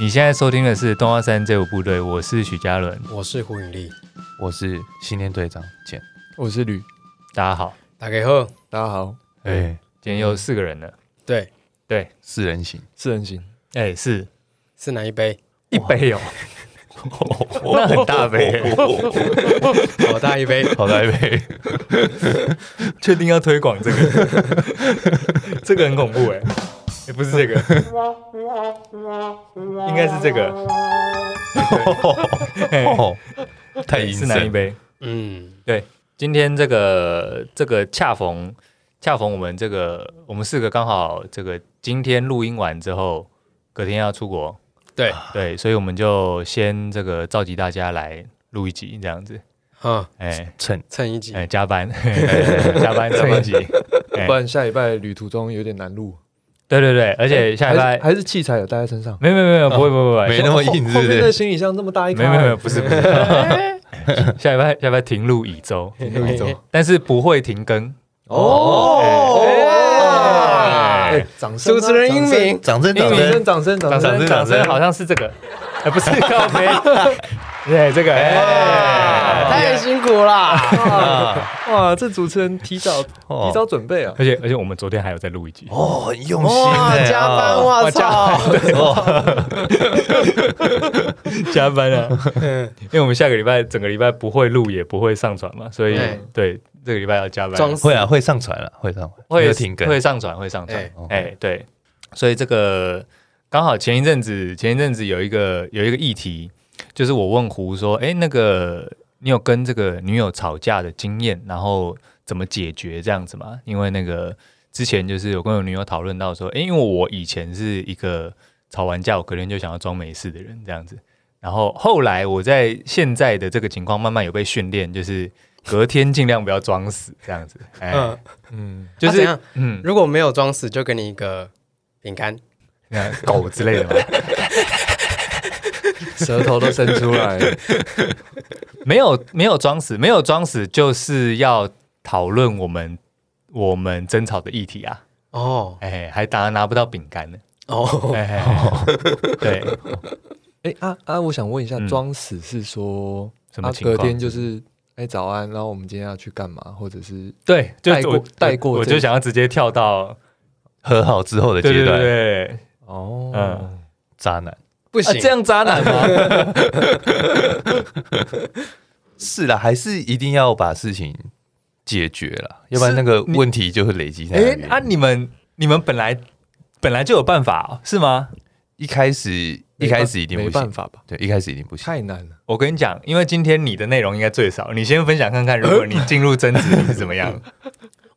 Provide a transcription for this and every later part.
你现在收听的是《东华三这五部队》，我是许嘉伦，我是胡永利，我是新天队长简。我是吕，大家好。大家好，大家好，哎、今天又四个人了，对，四人行，四人行，哎、是是哪一杯？一杯哦，那很大 杯，好大一 杯，好台北。确定要推广这个？ 这个很恐怖哎、哎不是这个，应该是这个，哎哦，太阴是哪一森。杯？嗯，对，今天这个这个恰逢恰逢我们这个我们四个刚好这个今天录音完之后，隔天要出国，对，对，所以我们就先这个召集大家来录一集这样子，啊，哎趁蹭一集，哎加班 加班蹭一集，哎不然下礼拜旅途中有点难录。对对对，而且下礼还拜是还是器材有带在身上，没有没有没有不会不会不会没那么哦硬，后哦是不面那是？行李箱这么大一没有个，没有没有不是不是， 下礼拜下礼拜停录一周，有一种但是不会停更，哦哎哎，掌声啊，主持人英明，掌声，明掌掌声，声，掌声，掌哦掌声声，掌声好像是这个， 哎不是靠背， 对这个哎。太辛苦啦，啊！哇，这主持人提早哦提早准备啊，而且而且我们昨天还有在录一集，哦，很用心哇，哎哦加班，啊哇哇哦加操， 加班啊，嗯因为我们下个礼拜整个礼拜不会录也不会上传嘛，所以对对这个礼拜要加班，装死会，啊，会上传了，会上传，没会有停更，哦会上传会上传，哎哎、对，所以这个刚好前一阵子前一阵子有一个有一个议题，就是我问胡说，哎、那个你有跟这个女友吵架的经验，然后怎么解决这样子吗？因为那个之前就是有跟我女友讨论到说，哎、因为我以前是一个吵完架我隔天就想要装没事的人这样子。然后后来我在现在的这个情况慢慢有被训练，就是隔天尽量不要装死这样子，哎，嗯，嗯，就啊怎是、样嗯，如果没有装死，就给你一个饼干，那狗之类的吗？舌头都伸出来，没有，没有装死，没有装死，就是要讨论我们我们争吵的议题啊！哦哎，还打拿不到饼干呢！哦，哎，哎哎 对，哎啊啊，我想问一下嗯，装死是说什么啊情况隔天就是哎早安，然后我们今天要去干嘛，或者是对，就带过我带过我我这个就想要直接跳到和好之后的对对阶对段，对，哦嗯，渣男不啊行，这样渣男吗？是啦，还是一定要把事情解决了，要不然那个问题就会累积在那哎边。啊，你们你们本来本来就有办法哦是吗？一开始一开始一定没不办行，法吧，对，一开始一定不行。太难了。我跟你讲，因为今天你的内容应该最少，你先分享看看，如果你进入争执你是怎么样？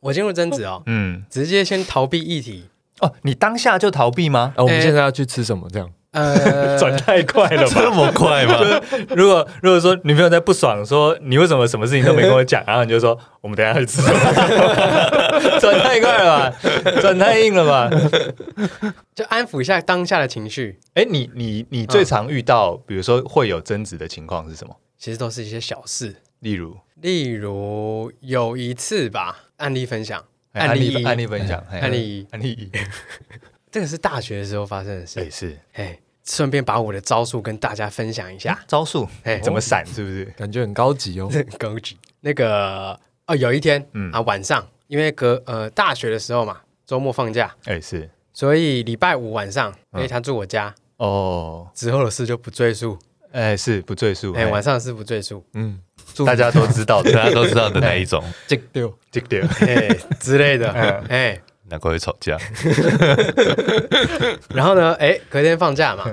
我进入争执哦，嗯，直接先逃避议题，哦，你当下就逃避吗？，啊，我们哎现在要去吃什么？这样 呃转太快了吧？这么 快吗？如果如果说女朋友在不爽，说你为什么什么事情都没跟我讲，然后你就说我们等一下去吃，转太快了吧，转太硬了吧？就安抚一下当下的情绪，哎，你你你最常遇到，比如说会有争执的情况是什么？其实都是一些小事，例如例如有一次吧，案例分享，哎案例分一案例分享，哎案例一案例一，这个是大学的时候发生的对事，是哎，顺便把我的招数跟大家分享一下，招数，哎，怎么闪是不是？感觉很高级 哦。这很高级。那个哦，有一天，嗯啊，晚上，因为隔呃大学的时候嘛，周末放假，哎是所以礼拜五晚上，嗯因为他住我家，哦，之后的事就不赘述，哎是不赘述，哎，哎晚上的事不赘述， 嗯，大家都知道大的，家都知道的那 一哎种，这六这个哎之类的，嗯哎，难怪会吵架。然后呢，哎，隔天放假嘛，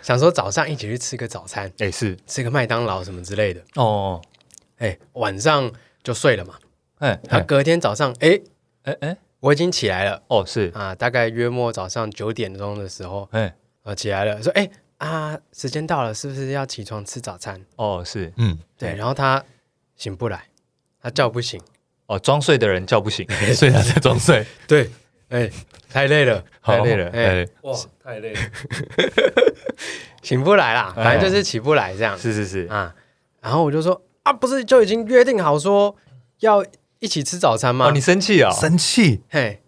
想说早上一起去吃个早餐，哎是吃个麦当劳什么之类的，哦，哎，晚上就睡了嘛，哎然后隔天早上，哎，哎哎我已经起来了哦是，啊，大概约莫早上九点钟的时候，哎呃，起来了，说：“哎、啊，时间到了，是不是要起床吃早餐哦是？”嗯，对，对然后他醒不来，他叫不醒。哦装睡的人叫不 醒，所以他在装睡，对，哎、太累了，太累了好太累了哇，太累了。醒不来啦，哎反正就是起不来这样、是是是，啊。然后我就说：“啊，不是就已经约定好说要一起吃早餐吗？”哦你生气哦，生气，嘿，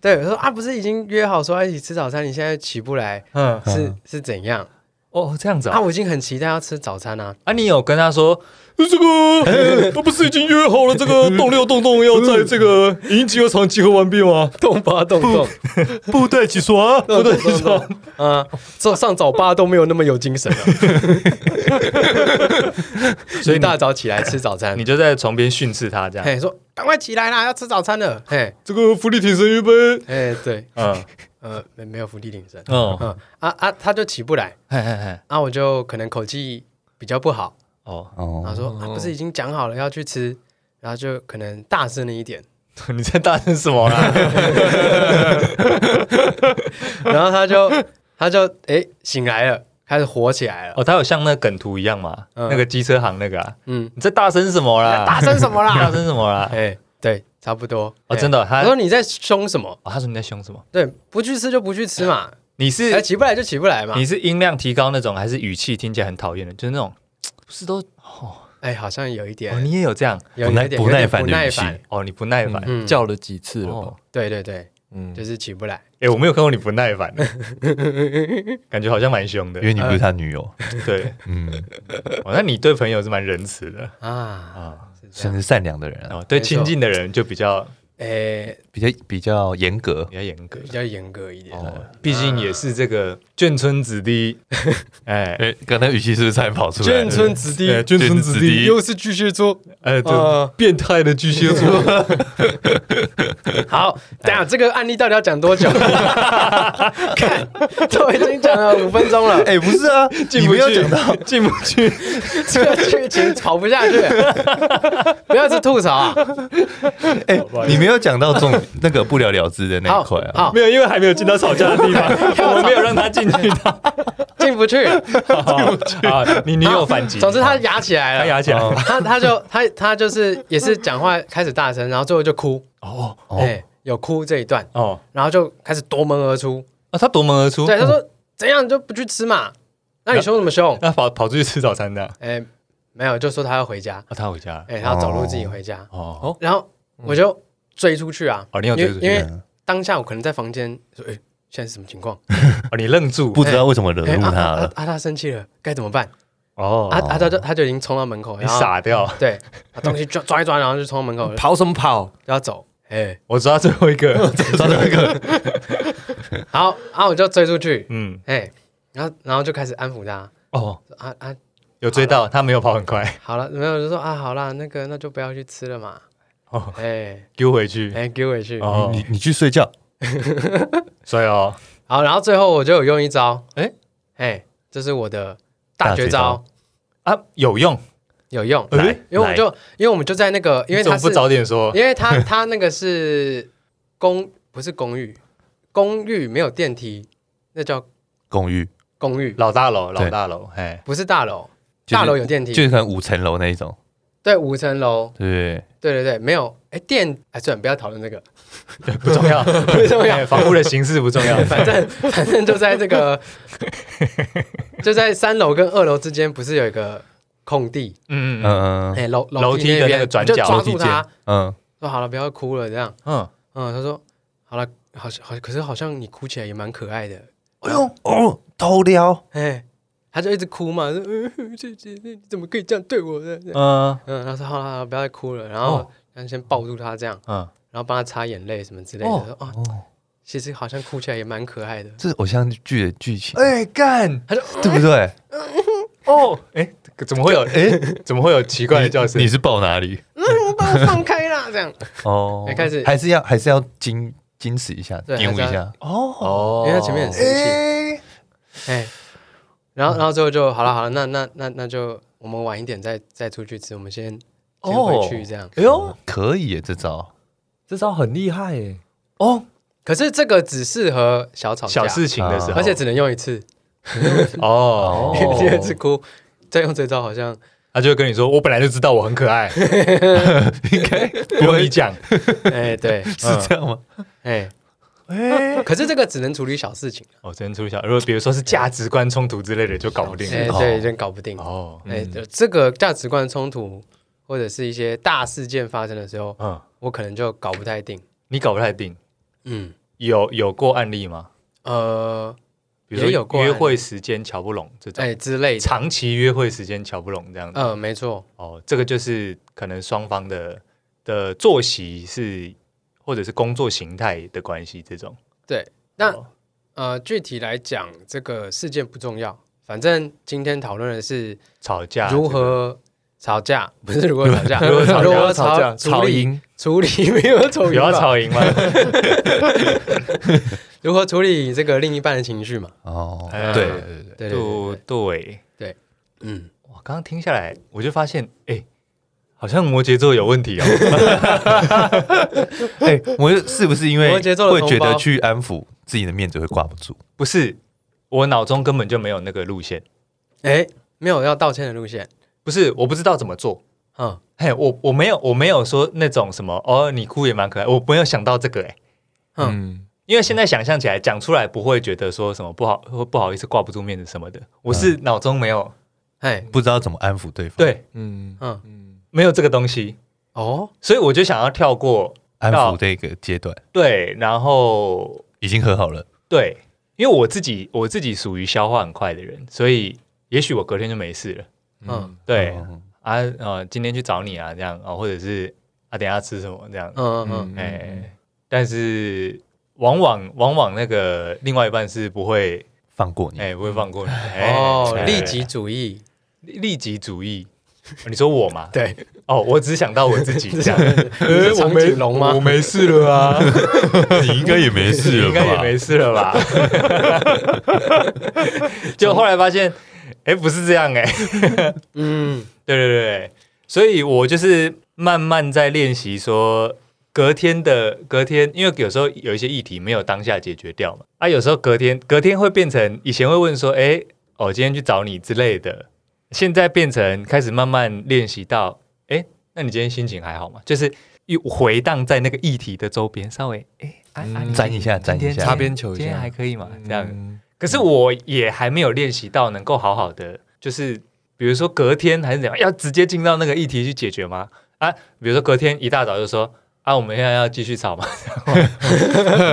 对，我说啊，不是已经约好说要一起吃早餐，你现在起不来，嗯，是是怎样？哦，这样子啊，啊，我已经很期待要吃早餐啊，啊，你有跟他说呃 这个，呃我不是已经约好了，这 个动六洞洞要在这个营集合场集合完毕吗？ 动吧动动， 部队起 床，部队起床，啊，上上早八都没有那么有精神 了，所所以以你一大早起来吃早餐你，就在床边训斥他这样。嘿，说赶快起来啦，要吃早餐了，嘿，这个福利挺身预备，哎，对，嗯呃，没没有伏地挺身，哦，嗯啊啊，他就起不来，嘿嘿嘿，啊，我就可能口气比较不好，哦，哦然后说、啊、不是已经讲好了要去吃，然后就可能大声了一点，你在大声什么 啦？然后他就 他就哎醒来了，开始火起来了，哦，他有像那个梗图一样嘛？嗯那个机车行那个啊，嗯，你在大声什么啦？大声什 么大啦？声什么啦？哎，对，差不多，哦，哎真。的，他我说你在凶什么？哦他说你在凶什么？对，不去吃就不去吃嘛，你是哎，起不来就起不来嘛。你是音量提高那种，还是语气听起来很讨厌的？就是那种，不是都哦，哎，好像有一哦点，你也有这样有不耐有一点不耐有点烦不的耐语气烦。哦，你不耐烦。嗯叫了几次了吧哦？，对对对，嗯，就是起不来。哎、我没有看过你不耐烦 的，感觉好像蛮凶的因。为你不是他女友，对，嗯，哦，那你对朋友是蛮仁慈 的啊，啊，是这算样。是善良的人啊，哦，对没错亲近的人就比较哎，比较比较严格比，较严格比，较严格一点。哦，毕竟也是这个眷村子 弟，哎、哎，刚才语气是不是差点跑出来？眷村子弟哎，眷村子弟又是巨蟹座。哎，对，啊变态的巨蟹座，好，等下这个案例到底要讲多久？ 看，都已经讲了五分钟了，哎，不是啊，进你不没有去讲到，进不去，这个剧情跑不下去， 不要是吐槽啊！哎，你没有讲到重 那个不了了之的那好，一块啊，好， 没有，因为还没有进到吵架的地方， 我们没有让他进去到。进不去。啊，你 你有反击，总之他压起来他了，压起来，哦他他就他他就是也是讲话开始大声，然后最后就哭，哦哎，有哭这一段，哦然后就开始夺门而出。啊，他夺门而出，对，他说怎样你就不去吃嘛？那你凶什 么凶？那跑跑出去吃早餐的，啊，哎，没有，就说他要回家，他回家了，哎，他要走路自己回家。哦嗯然后我就追出去啊！哦你有追出去因为因为当下我可能在房间说：“哎、现在是什么情况？哦，你愣住，不知道为什么惹哎怒啊他啊了啊，啊他生气了，该怎么办？”哦啊，嗯啊他就他就已经冲到门口，你然后傻掉，对，把东西抓抓一抓，然后就冲到门口跑什么跑？要走。哎、我抓最后一个，找到一个，好，啊，我就追出去，嗯，哎、然后然后就开始安抚他，哦，说啊啊，有追到，他没有跑很快，好了，没有就说啊，好啦，那个那就不要去吃了嘛。哦，哎丢回去，哎，给我回去。哦你你去睡觉，所以哦，好，然后最后我就有用一招，哎哎，这是我的大大绝绝招招，啊，有用，有用。哎来，因为我们就因为我们就在那个，因为你怎他么是不早点说？因为他他那个是公不是公寓，公寓没有电梯，那叫公寓公寓，老大楼，老对大楼，哎，不是大楼，就是大楼有电梯，就是可能五层楼那一种，对五层楼，对不对？对对对，没有哎电哎，算了，不要讨论这个， 不重要，不重要哎房屋的形式不重要，反正反正就在这 个就在三楼跟二楼之间，不是有一个空地，嗯嗯嗯嗯哎楼楼梯梯的那那边个转我就角抓楼梯住他，嗯，说好了，不要哭了这样。嗯，嗯，他说好了，好像好，可是好像你哭起来也蛮可爱的，哎呦哦，偷撩，哎，他就一直哭嘛，说、呃、这这这你怎么可以这样对我呢？嗯嗯，他说好了好了，不要再哭了，然后哦他先抱住他这样，嗯，然后帮他擦眼泪什么之类的，哦说哦，其实好像哭起来也蛮可爱的，这是偶像剧的剧情，哎干，他就对不对？哦，哎，怎么会有哎，怎么会有奇怪的叫声你？是抱哪里？嗯，把我放开啦，这样，哦哎开始还是要还是要矜矜持一下，对玷污还一是要下。哦因哦为他前面很生气，哎，哎，然后然后最后就好了好了，那那那那就我们晚一点再再出去吃，我们先先回去这样。哎呦，可以耶，这招嗯这招很厉害耶！哦，可是这个只适合小吵架，小事情的时候，而且只能用一次，啊哦，因为第二次哭再用这招好像他就会跟你说，我本来就知道我很可爱，应该 不用你讲，哎对是这样吗？哎，哎，可是这个只能处理小事情，啊哦，只能处理小，如果比如说是价值观冲突之类的，就搞不定哎了。对，有点搞不定。哦，哎，就这个价值观冲突或者是一些大事件发生的时候，嗯，我可能就搞不太定。你搞不太定，嗯，有有过案例吗？呃，比如说也有过案约例会时间瞧不拢这种，哎之类的，长期约会时间瞧不拢这样子。呃，没错，哦，这个就是可能双方的的作息是或者是工作形态的关系这种。对。那哦呃，具体来讲，这个事件不重要，反正今天讨论的是吵架如何 吵架，不是如何吵架，如何吵架如如何何吵架处吵理赢，处理没有这吵个赢有要啊吧，吵赢吗？ 如何处理这个另一半的情绪嘛？哦，哎对对对对对，对对对，对，嗯，我刚刚听下来，我就发现，哎，好像摩羯座有问题哦。哎，我是不是因为摩羯座的会同觉胞得去安抚自己的面子会挂不住？不是，我脑中根本就没有那个路线，哎，没有要道歉的路线，不是，我不知道怎么做。嗯，嘿，我我没有我没有说那种什么哦，你哭也蛮可爱，我没有想到这个哎，嗯，因为现在想象起来讲出来不会觉得说什么不好或不好意思挂不住面子什么的，我是脑中没有、哎，不知道怎么安抚对方，，对嗯嗯，嗯，没有这个东西，哦，所以我就想要跳过安到抚这个阶段对，然后已经和好了，对，因为我自己我自己属于消化很快的人，所以也许我隔天就没事了。嗯对、哦啊，呃，今天去找你啊，这样啊、或者是啊，等一下吃什么这样嗯，嗯嗯，哎、但是往往往往那个另外一半是不会放过你哎、，不会放 过你、哎嗯哦，哎利己主义，利己主义。你说我吗？对，哦，我只想到我自 己这样。是长颈龙吗哎我没事了 啊，你应该也没事应该也没事了吧？ 就后来发现，哎，不是这样哎、嗯，对对对对，所以我就是慢慢在练习说，隔天的隔天，因为有时候有一些议题没有当下解决掉嘛，啊，有时候隔天隔天会变成以前会问说，哎，我、今天去找你之类的，现在变成开始慢慢练习到，哎，那你今天心情还好吗？就是又回荡在那个议题的周边，稍微哎，啊啊嗯你沾一下沾一今天下，擦边球一下今天还可以嘛？哎这样，嗯可是我也还没有练习到能够好好的，就是比如说隔天还是怎样，要直接进到那个议题去解决吗？啊，比如说隔天一大早就说啊，我们现在要继续吵嘛，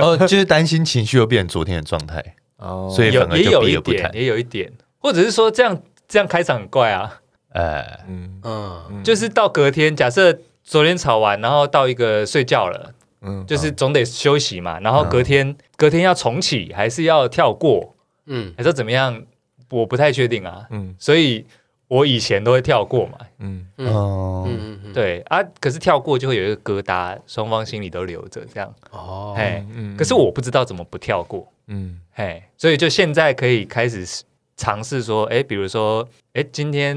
哦，就是担心情绪又变成昨天的状态，哦，所以有反而也就有避一而不点谈，，也有一点，或者是说这样这样开场很怪啊，哎，嗯嗯，嗯就是到隔天，假设昨天吵完，然后到一个睡觉了，嗯就是总得休息嘛，然后嗯隔天、隔天要重启，还是要跳过，嗯，还是要怎么样？我不太确定啊，嗯所以我以前都会跳过嘛，嗯嗯，嗯哦，嗯嗯，，对啊，可是跳过就会有一个疙瘩，双方心里都留着这样。哦，哎嗯可是我不知道怎么不跳过，嗯哎，所以就现在可以开始试尝试说，哎，比如说，哎，今天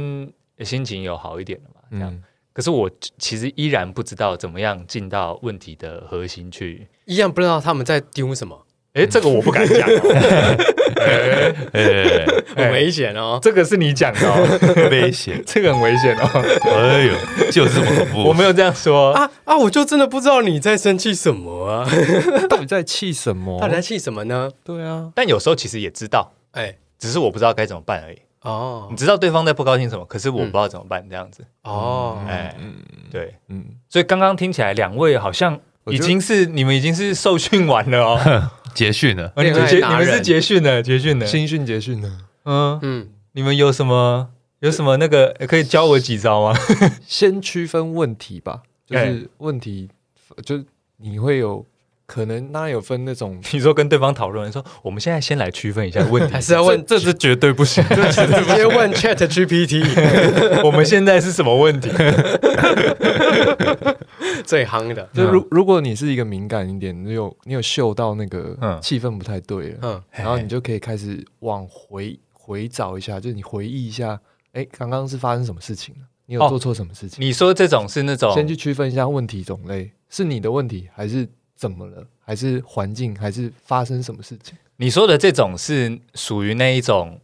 心情有好一点了嘛？这样。嗯可是我其实依然不知道怎么样进到问题的核心去。一样不知道他们在丢什么，哎，这个我不敢讲哦、哎，很危险哦， 这个是你讲的、 哦，危险，这个很危险哦，哎呦，就这么恐怖，我没有这样说。啊啊！我就真的不知道你在生气什么啊，嗯到底在气什么到？底在气什么呢？对啊，但有时候其实也知道，哎，只是我不知道该怎么办而已。哦你知道对方在不高兴什么，可是我不知道怎么办，这样子。哦，哎，对，嗯，所以刚刚听起来，两位好像我已觉得经是你们已经是受训完了 哦，结训了，你们恋爱结你达们是人结训了，结训了。新训结训呢，嗯，嗯，你们有什么有什么那个呃可以教我几招吗？ 先区分问题吧，就哎是问题，就是你会有可能当然有分那种你说跟对方讨论，说我们现在先来区分一 下问还题，是要问，这是绝对不行， 直接问 Chat GPT 我们现在是什么问 题？最夯的，就啊如如果你是一个敏感一点，你有你有嗅到那个嗯气氛不太对了，嗯然后你就可以开始往回回找一下，就是你回忆一下，哎，刚刚是发生什么事情了？你有哦做错什么事情？你说这种是那种先去区分一下问题种类，是你的问题还是怎么了？还是环境？还是发生什么事情？你说的这种是属于那一种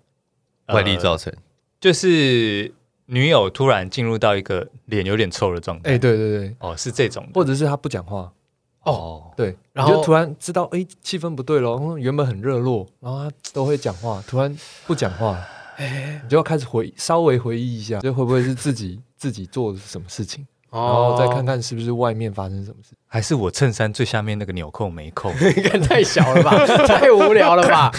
外力，呃造成，就是女友突然进入到一个脸有点臭的状态。哎，对对对，哦，是这种的，或者是他不讲话，哦，对，然你后就突然知道，哎，气氛不对咯，嗯原本很热络，然后他都会讲话，突然不讲话，哎 你就要开始回稍微回忆一下，这会不会是自己自己做的是什么事情？哦然后再看看是不是外面发生什么事。还是我衬衫最下面那个纽扣没 扣？你看太小了 吧，太无聊了 吧？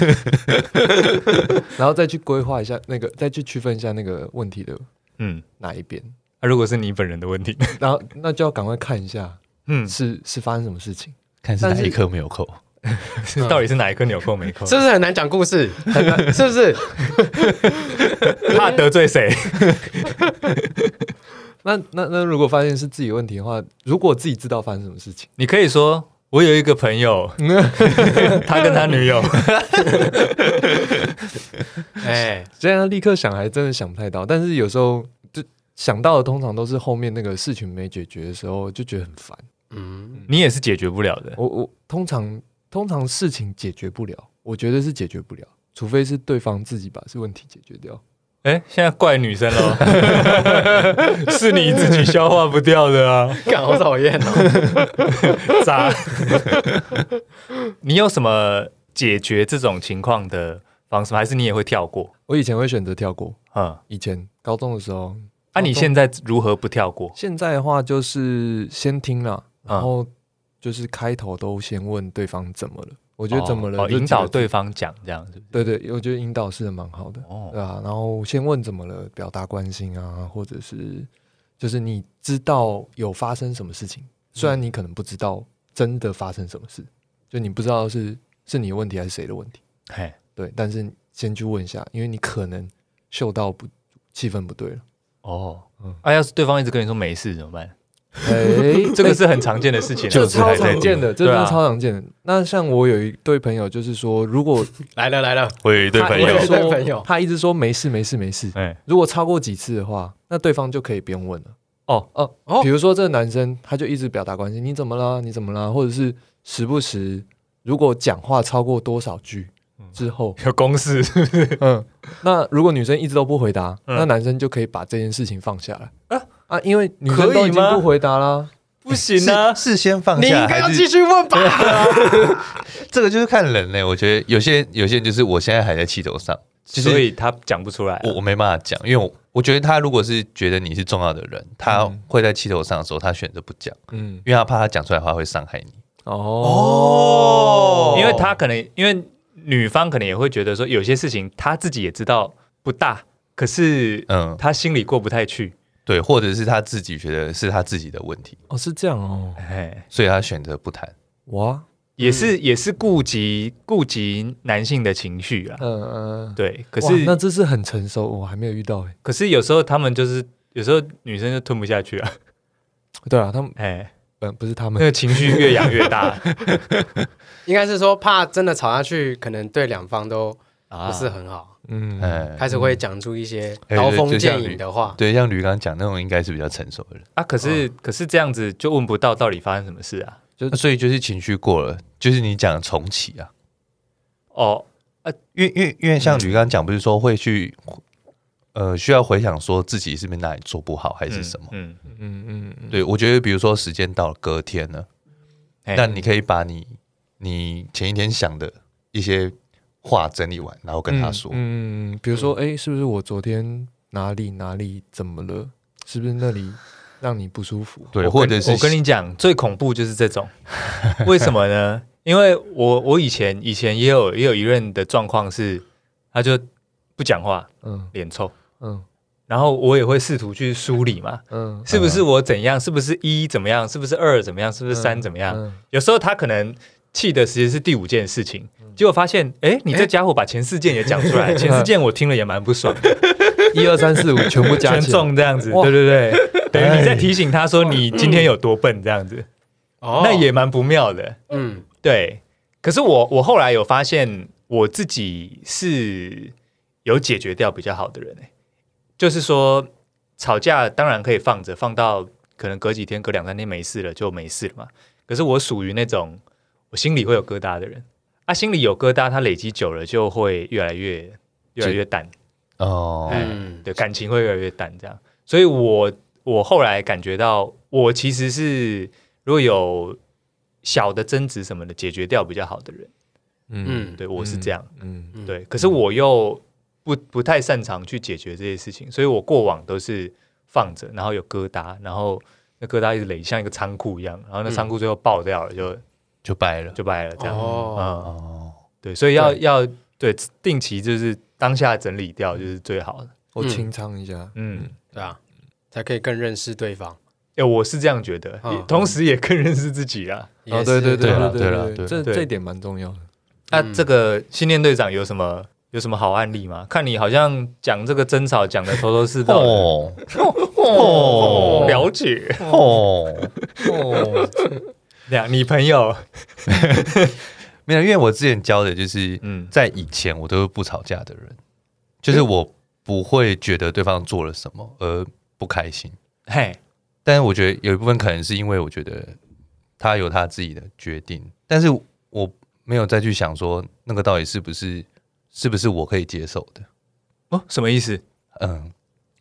然后再去规划一下那个，再去区分一下那个问题的嗯，哪一边，那、如果是你本人的问题， 然后那就要赶快看一下嗯，是是发生什么事情，看是但哪是一颗没有扣。嗯是到底是哪一颗纽扣没扣？是不是很难讲故事？是不是？怕得罪谁？那那那如果发现是自己的问题的话，如果自己知道发生什么事情，你可以说。我有一个朋 友，他跟他女友， 哎，虽然立刻想还真的想不太到，但是有时候就想到的通常都是后面那个事情没解决的时候，就觉得很烦。嗯，你也是解决不了的。我我通常通常事情解决不了，我觉得是解决不了，除非是对方自己把这问题解决掉。哎、现在怪女生喽， 是你自己消化不掉的啊，干好讨厌哦。渣。 你有什么解决这种情况的方式吗？还是你也会跳过？我以前会选择跳过，嗯，以前高中的时候，那、你现在如何不跳过？现在的话就是先听了，嗯然后就是开头都先问对方怎么了，我觉得怎么了哦哦就引导几个对方讲这样子。对对，我觉得引导是蛮好的，哦对啊，然后先问怎么了，表达关心啊，或者是就是你知道有发生什么事情，虽然你可能不知道真的发生什么事，就你不知道是是你的问题还是谁的问题，嘿，对，但是先去问一下，因为你可能嗅到不气氛不对了，哦嗯，啊，要是对方一直跟你说没事怎么办？ 哎，这个是很常见的事情啊，就还超在常见的，这对真啊的超常见的。那像我有一对朋友，就是说，如果来了来了，我有一对朋我有友一，对朋友说他一直说没事没事没事，哎，如果超过几次的话，那对方就可以不用问了。哦哦哦比如说这个男生他就一直表达关心，你怎么啦？你怎么啦？或者是时不时如果讲话超过多少句嗯之后，有公 式，嗯，那如果女生一直都不回答，嗯那男生就可以把这件事情放下来啊啊，因为女生可都以已经吗不回答啦。不行啊，是是先放你下，应该要还继是续问吧。这个就是看人呢、我觉得有些人有些人就是我现在还在气头上，就是所以他讲不出来啊。我我没办法讲，因为我我觉得他如果是觉得你是重要的人，他嗯会在气头上的时候，他选择不讲，嗯，因为他怕他讲出来的话会伤害你。哦哦因为他可能因为女方可能也会觉得说，有些事情他自己也知道不大，可是嗯，他心里过不太去，对，或者是他自己觉得是他自己的问题，哦是这样哦，哎，所以他选择不谈。哇，也是也是顾及顾及男性的情绪啊。嗯嗯，对，可可是那这是很成熟，我还没有遇到哎。可是有时候他们就是有时候女生就吞不下去 啊，对啊，他们哎，嗯不是他那们，个情绪越养越大 应该是说怕真的吵下去，可能对两方都 啊不是很好，嗯哎、开始会讲出一些哎刀就锋就像剑影的话。对，像吕刚讲那种，应该是比较成熟的人。啊。可是嗯可是这样子就问不到到底发生什么事啊。那所以就是情绪过了，就是你讲重启啊，哦，因为因为因为嗯像吕刚讲，不是说会去，呃，需要回想说自己是不是哪里做不好还还是什么。嗯，嗯嗯嗯嗯，对，我觉得比如说时间到了，隔天呢，哎那你可以把你你前一天想的一些话整理完，然后跟他说。嗯，嗯比如说，哎、是不是我昨天哪里哪里怎么了？是不是那里让你不舒服？对，我或跟者是我跟你讲，最恐怖就是这种，为什么呢？因为我我以前以前也有也有一任的状况是，他就不讲话，嗯脸臭，嗯然后我也会试图去梳理嘛，嗯，是不是我怎样？是不是一怎么样？是不是二怎么样？是不是三怎么样？嗯有时候他可能气的其实是第五件事情，嗯结果发现，哎，你这家伙把前四件也讲出 来，前四件我听了也蛮不爽的，一二三四五全部加全起来，中这样子，哇对对对，等于你在提醒他说你今天有多笨这样子，哦那也蛮不妙的。嗯，对，可是我我后来有发现我自己是有解决掉比较好的人、欸、就是说吵架当然可以放着，放到可能隔几天、隔两三天没事了就没事了嘛。可是我属于那种我心里会有疙瘩的人啊，心里有疙瘩，它累积久了就会越来越越来越淡，哦，哎嗯，对，感情会越来越淡这样。所以我我后来感觉到，我其实是如果有小的争执什么的解决掉比较好的人。嗯嗯，对，我是这样，嗯嗯，对。可是我又不不太擅长去解决这些事情，所以我过往都是放着，然后有疙瘩，然后那疙瘩一直累，像一个仓库一样，然后嗯那仓库最后爆掉了，就就掰了。就掰了，这样。哦嗯，哦，对，所以要对要对定期就是当下整理掉，就是最好的。我嗯清仓一下，嗯，对啊，才可以更认识对方。哎，我是这样觉得，嗯也同时也更认识自己啦。哦，也对是对对啦对对啦对对这对这一点蛮重要的。那嗯这个新练队长有什么有什么好案例吗？看你好像讲这个争吵讲的头头是道 的。哦哦了解，哦， 哦， 两你朋友，没有，因为我之前教的就是嗯在以前我都是不吵架的人，就是我不会觉得对方做了什么而不开心，嘿，但是我觉得有一部分可能是因为我觉得他有他自己的决定，但是我没有再去想说那个到底是不是是不是我可以接受的，哦，什么意思？嗯。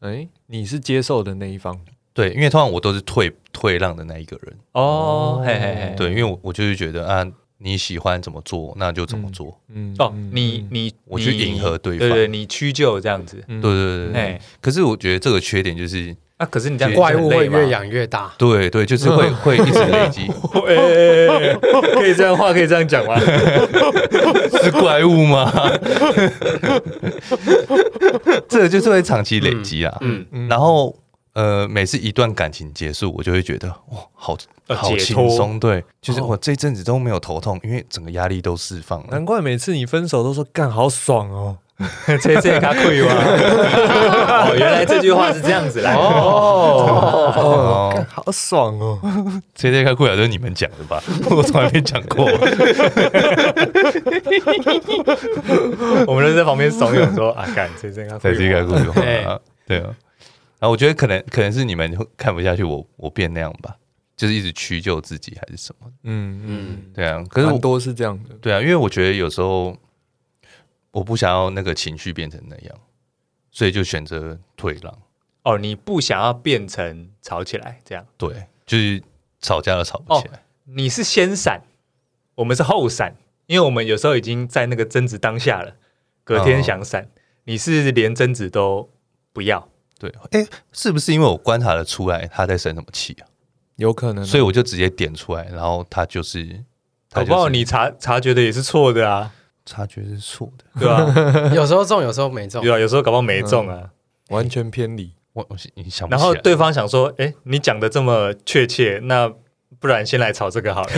哎，你是接受的那一方，对，因为通常我都是退退让的那一个人，哦，嘿嘿哎嘿，对，因为我我就是觉得啊，你喜欢怎么做那就怎么做，嗯，哦，嗯你，你我去你迎合对对方对，你屈就这样子，嗯对，对对对。哎，可是我觉得这个缺点就是，啊，可是你这样对不怪是很物会累吗越，养越大。对对，就是 会会一直累积， 哎哎哎哎可以这样话可以这样讲吗？是怪物吗？ 这个就是会长期累积啊。嗯，嗯然后呃，每次一段感情结束，我就会觉得哇，好呃好解轻脱松，对，就是哦我这一阵子都没有头痛，因为整个压力都释放了。难怪每次你分手都说干好爽哦，这这他贵吗？ 哦，原来这句话是这样子来的。哦哦哦，干好爽哦， J J 开裤脚就是你们讲的吧？ 我从来没讲过。我们都在旁边怂恿说啊，干这这他在这个故事话对啊，对啊。然后我觉得可能可能是你们看不下去我，我变那样吧，就是一直屈就自己还是什么？嗯嗯，对啊，可是可是我很多是这样的，对啊，因为我觉得有时候我不想要那个情绪变成那样，所以就选择退让。哦，你不想要变成吵起来这样，对，就是吵架都吵不起来。你是先闪，我们是后闪，因为我们有时候已经在那个争执当下了，隔天想闪，哦你是连争执都不要。对，哎，是不是因为我观察得出来他在生什么气啊？有可能啊，所以我就直接点出来，然后他就是，搞他就是不好你察察觉的也是错的啊，察觉是错的。对 吧、嗯有时候中，有时候没中对。啊，有时候搞不好没中啊。完全偏离，我我你想不然起后来对方想说：“哎，你讲的这么确切，那不然先来吵这个好了。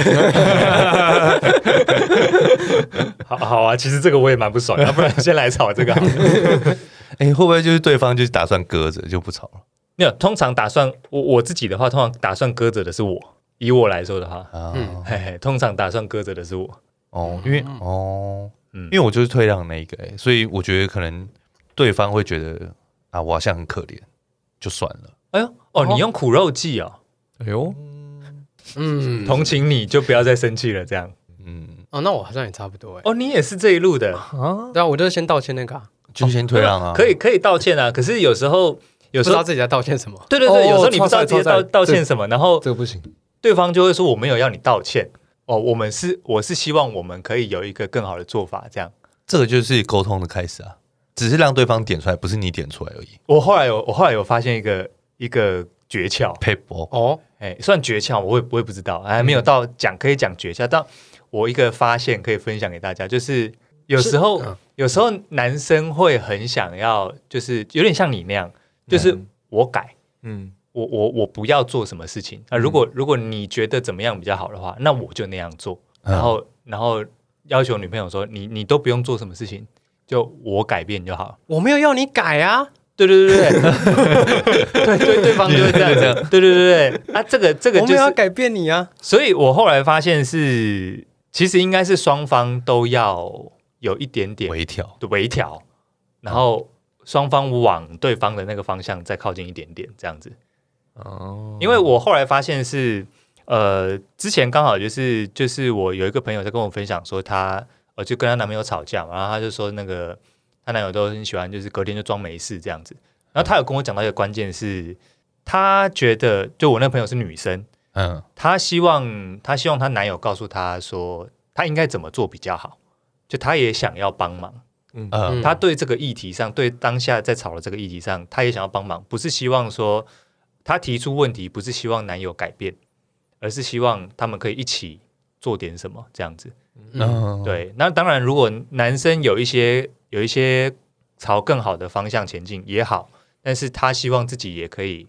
好”好啊，其实这个我也蛮不爽，要不然先来吵这个好了。哎、会不会就是对方就是打算搁着就不吵了 没有，通常打算我我自己的话，通常打算搁着的是我。以我来说的话，啊？嗯嘿嘿，通常打算搁着的是我。哦，因为哦，嗯因为我就是退让那一个、哎，所以我觉得可能对方会觉得啊，我好像很可怜，就算了。哎呦，哦，你用苦肉计哦，哎呦，嗯，同情你就不要再生气了，这样。嗯，哦，那我好像也差不多哎。哦，你也是这一路的，啊，对啊，我就先道歉那个啊，就先退让啊，哦可以可以道歉啊。可是有时候，有时不知道候，自己在道歉什么。对对对，哦有时候你不知道直接超载超道载道歉什么，然后这个不行，对方就会说我没有要你道歉哦，我们是我是希望我们可以有一个更好的做法。这样，这个就是沟通的开始啊，只是让对方点出来，不是你点出来而已。我后来有我后来有发现一个一个诀窍， p a p e 哦，哎，算诀窍，我也我也不知道，还嗯没有到讲可以讲诀窍，但我一个发现可以分享给大家，就是有时候、是嗯有时候男生会很想要，就是有点像你那样，就是嗯我改。嗯我我我不要做什么事情。那、如嗯果如果你觉得怎么样比较好的话，那我就那样做。嗯然后、然后要求女朋友说，你你都不用做什么事情，就我改变就好。我没有要你改啊。对对对对 对，对对对方就会这样子。对对对对，啊，这个这个我就没有要是，改变你啊。所以我后来发现是，其实应该是双方都要有一点点微调，的微调，然后双方往对方的那个方向再靠近一点点，这样子。哦，因为我后来发现是，呃，之前刚好就是就是我有一个朋友在跟我分享说她，呃，就跟她男朋友吵架嘛，然后她就说那个她男友都很喜欢，就是隔天就装没事这样子。然后她有跟我讲到一个关键是，她觉得就我那个朋友是女生，嗯，她希望她希望她男友告诉她说她应该怎么做比较好，就她也想要帮忙。呃，嗯他对这个议题上，对当下在吵的这个议题上，他也想要帮忙，不是希望说她提出问题不是希望男友改变，而是希望他们可以一起做点什么这样子。嗯，嗯，对，那当然，如果男生有一些有一些朝更好的方向前进也好，但是他希望自己也可以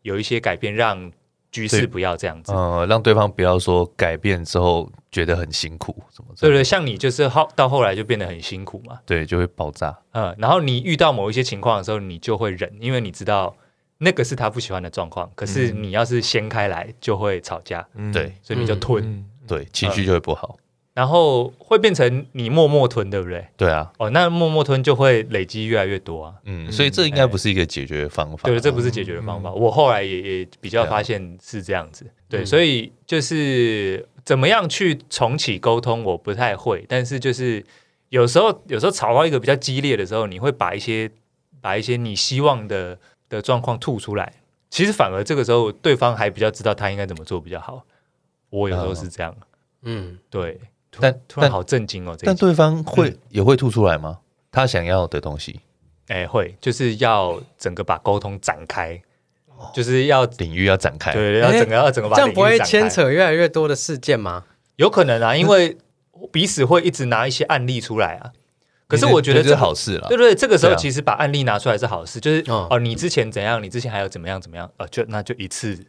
有一些改变，让局势对不要这样子。呃，让对方不要说改变之后觉得很辛苦，什么之对类对，的像你就是后到后来就变得很辛苦嘛，对，就会爆炸。嗯，然后你遇到某一些情况的时候，你就会忍，因为你知道那个是他不喜欢的状况。可是你要是掀开来，就会吵架，嗯对所以你就吞，嗯对，情绪就会不好。然后会变成你默默吞，对不对？对啊，哦，那默默吞就会累积越来越多啊。嗯，嗯所以这应该不是一个解决方法。对，这不是解决嗯的方法。我后来也也比啊较发现是这样子。对，嗯所以就是怎么样去重启沟通，我不太会。但是就是有时候，有时候吵到一个比较激烈的时候，你会把一些把一些你希望的的状况吐出来。其实反而这个时候，对方还比较知道他应该怎么做比较好。我有时候是这样，嗯，对。突但突然但好震惊哦！这一但集对方会、也会吐出来吗？他想要的东西哎会就是要整个把沟通展开，哦就是要领域要展开。对要整个要整个把这样不会领域展开牵扯越来越多的事件吗？有可能啊，因为彼此会一直拿一些案例出来啊。可是那我觉得嗯那这是好事了对。对，对这个时候对啊其实把案例拿出来是好事，就是哦哦、你之前怎样，你之前还有怎么样怎么样，呃，就那就一次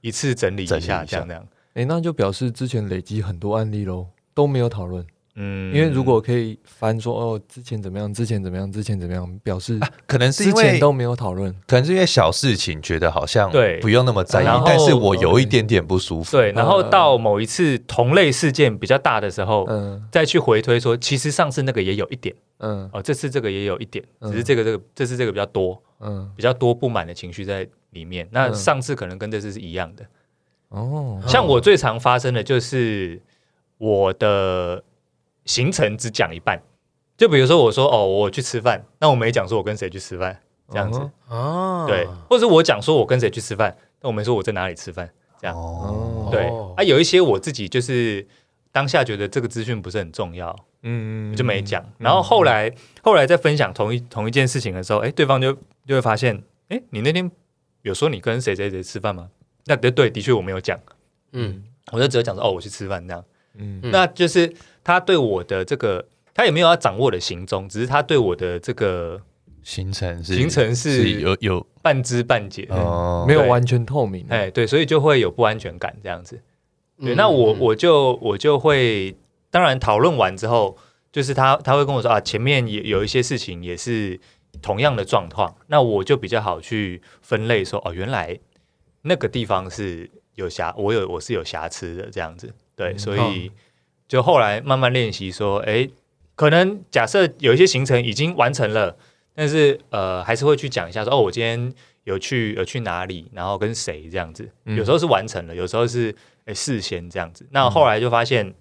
一次整理一整理一下，下这样这样。哎，那就表示之前累积很多案例喽，都没有讨论。嗯因为如果可以翻说哦，之前怎么样，之前怎么样，之前怎么样，表示啊可能是之因前为，都没有讨论。可能是因为小事情，觉得好像对不用那么在意然后，但是我有一点点不舒服。对，然后到某一次同类事件比较大的时候，嗯再去回推说，其实上次那个也有一点，嗯哦，这次这个也有一点，嗯只是这个这个这次这个比较多，嗯，比较多不满的情绪在里面。那嗯上次可能跟这次是一样的。哦，像我最常发生的就是我的行程只讲一半，就比如说我说哦我去吃饭，那我没讲说我跟谁去吃饭这样子，嗯哦，对，或者是我讲说我跟谁去吃饭，但我没说我在哪里吃饭，哦，对，哦啊有一些我自己就是当下觉得这个资讯不是很重要，嗯我就没讲，然后后来后来在分享同一同一件事情的时候，哎，对方就就会发现，哎，你那天有说你跟谁谁谁吃饭吗？那对对，的确我没有讲，嗯，我就只有讲说哦我去吃饭这样。嗯嗯那就是他对我的这个，他也没有要掌握的行踪，只是他对我的这个行程是行程是呃是有有半知半解。哦，没有对完全透明啊。哎，对，所以就会有不安全感这样子。对，嗯那我我就我就会，当然讨论完之后，就是他他会跟我说啊，前面也有一些事情也是同样的状况，那我就比较好去分类说，哦，原来那个地方是有瑕，我有我是有瑕疵的这样子，对，嗯所哦以就后来慢慢练习说，哎，可能假设有一些行程已经完成了，但是呃，还是会去讲一下说，哦，我今天有去有去哪里，然后跟谁这样子，嗯有时候是完成了，有时候是诶事先这样子。嗯那后来就发现，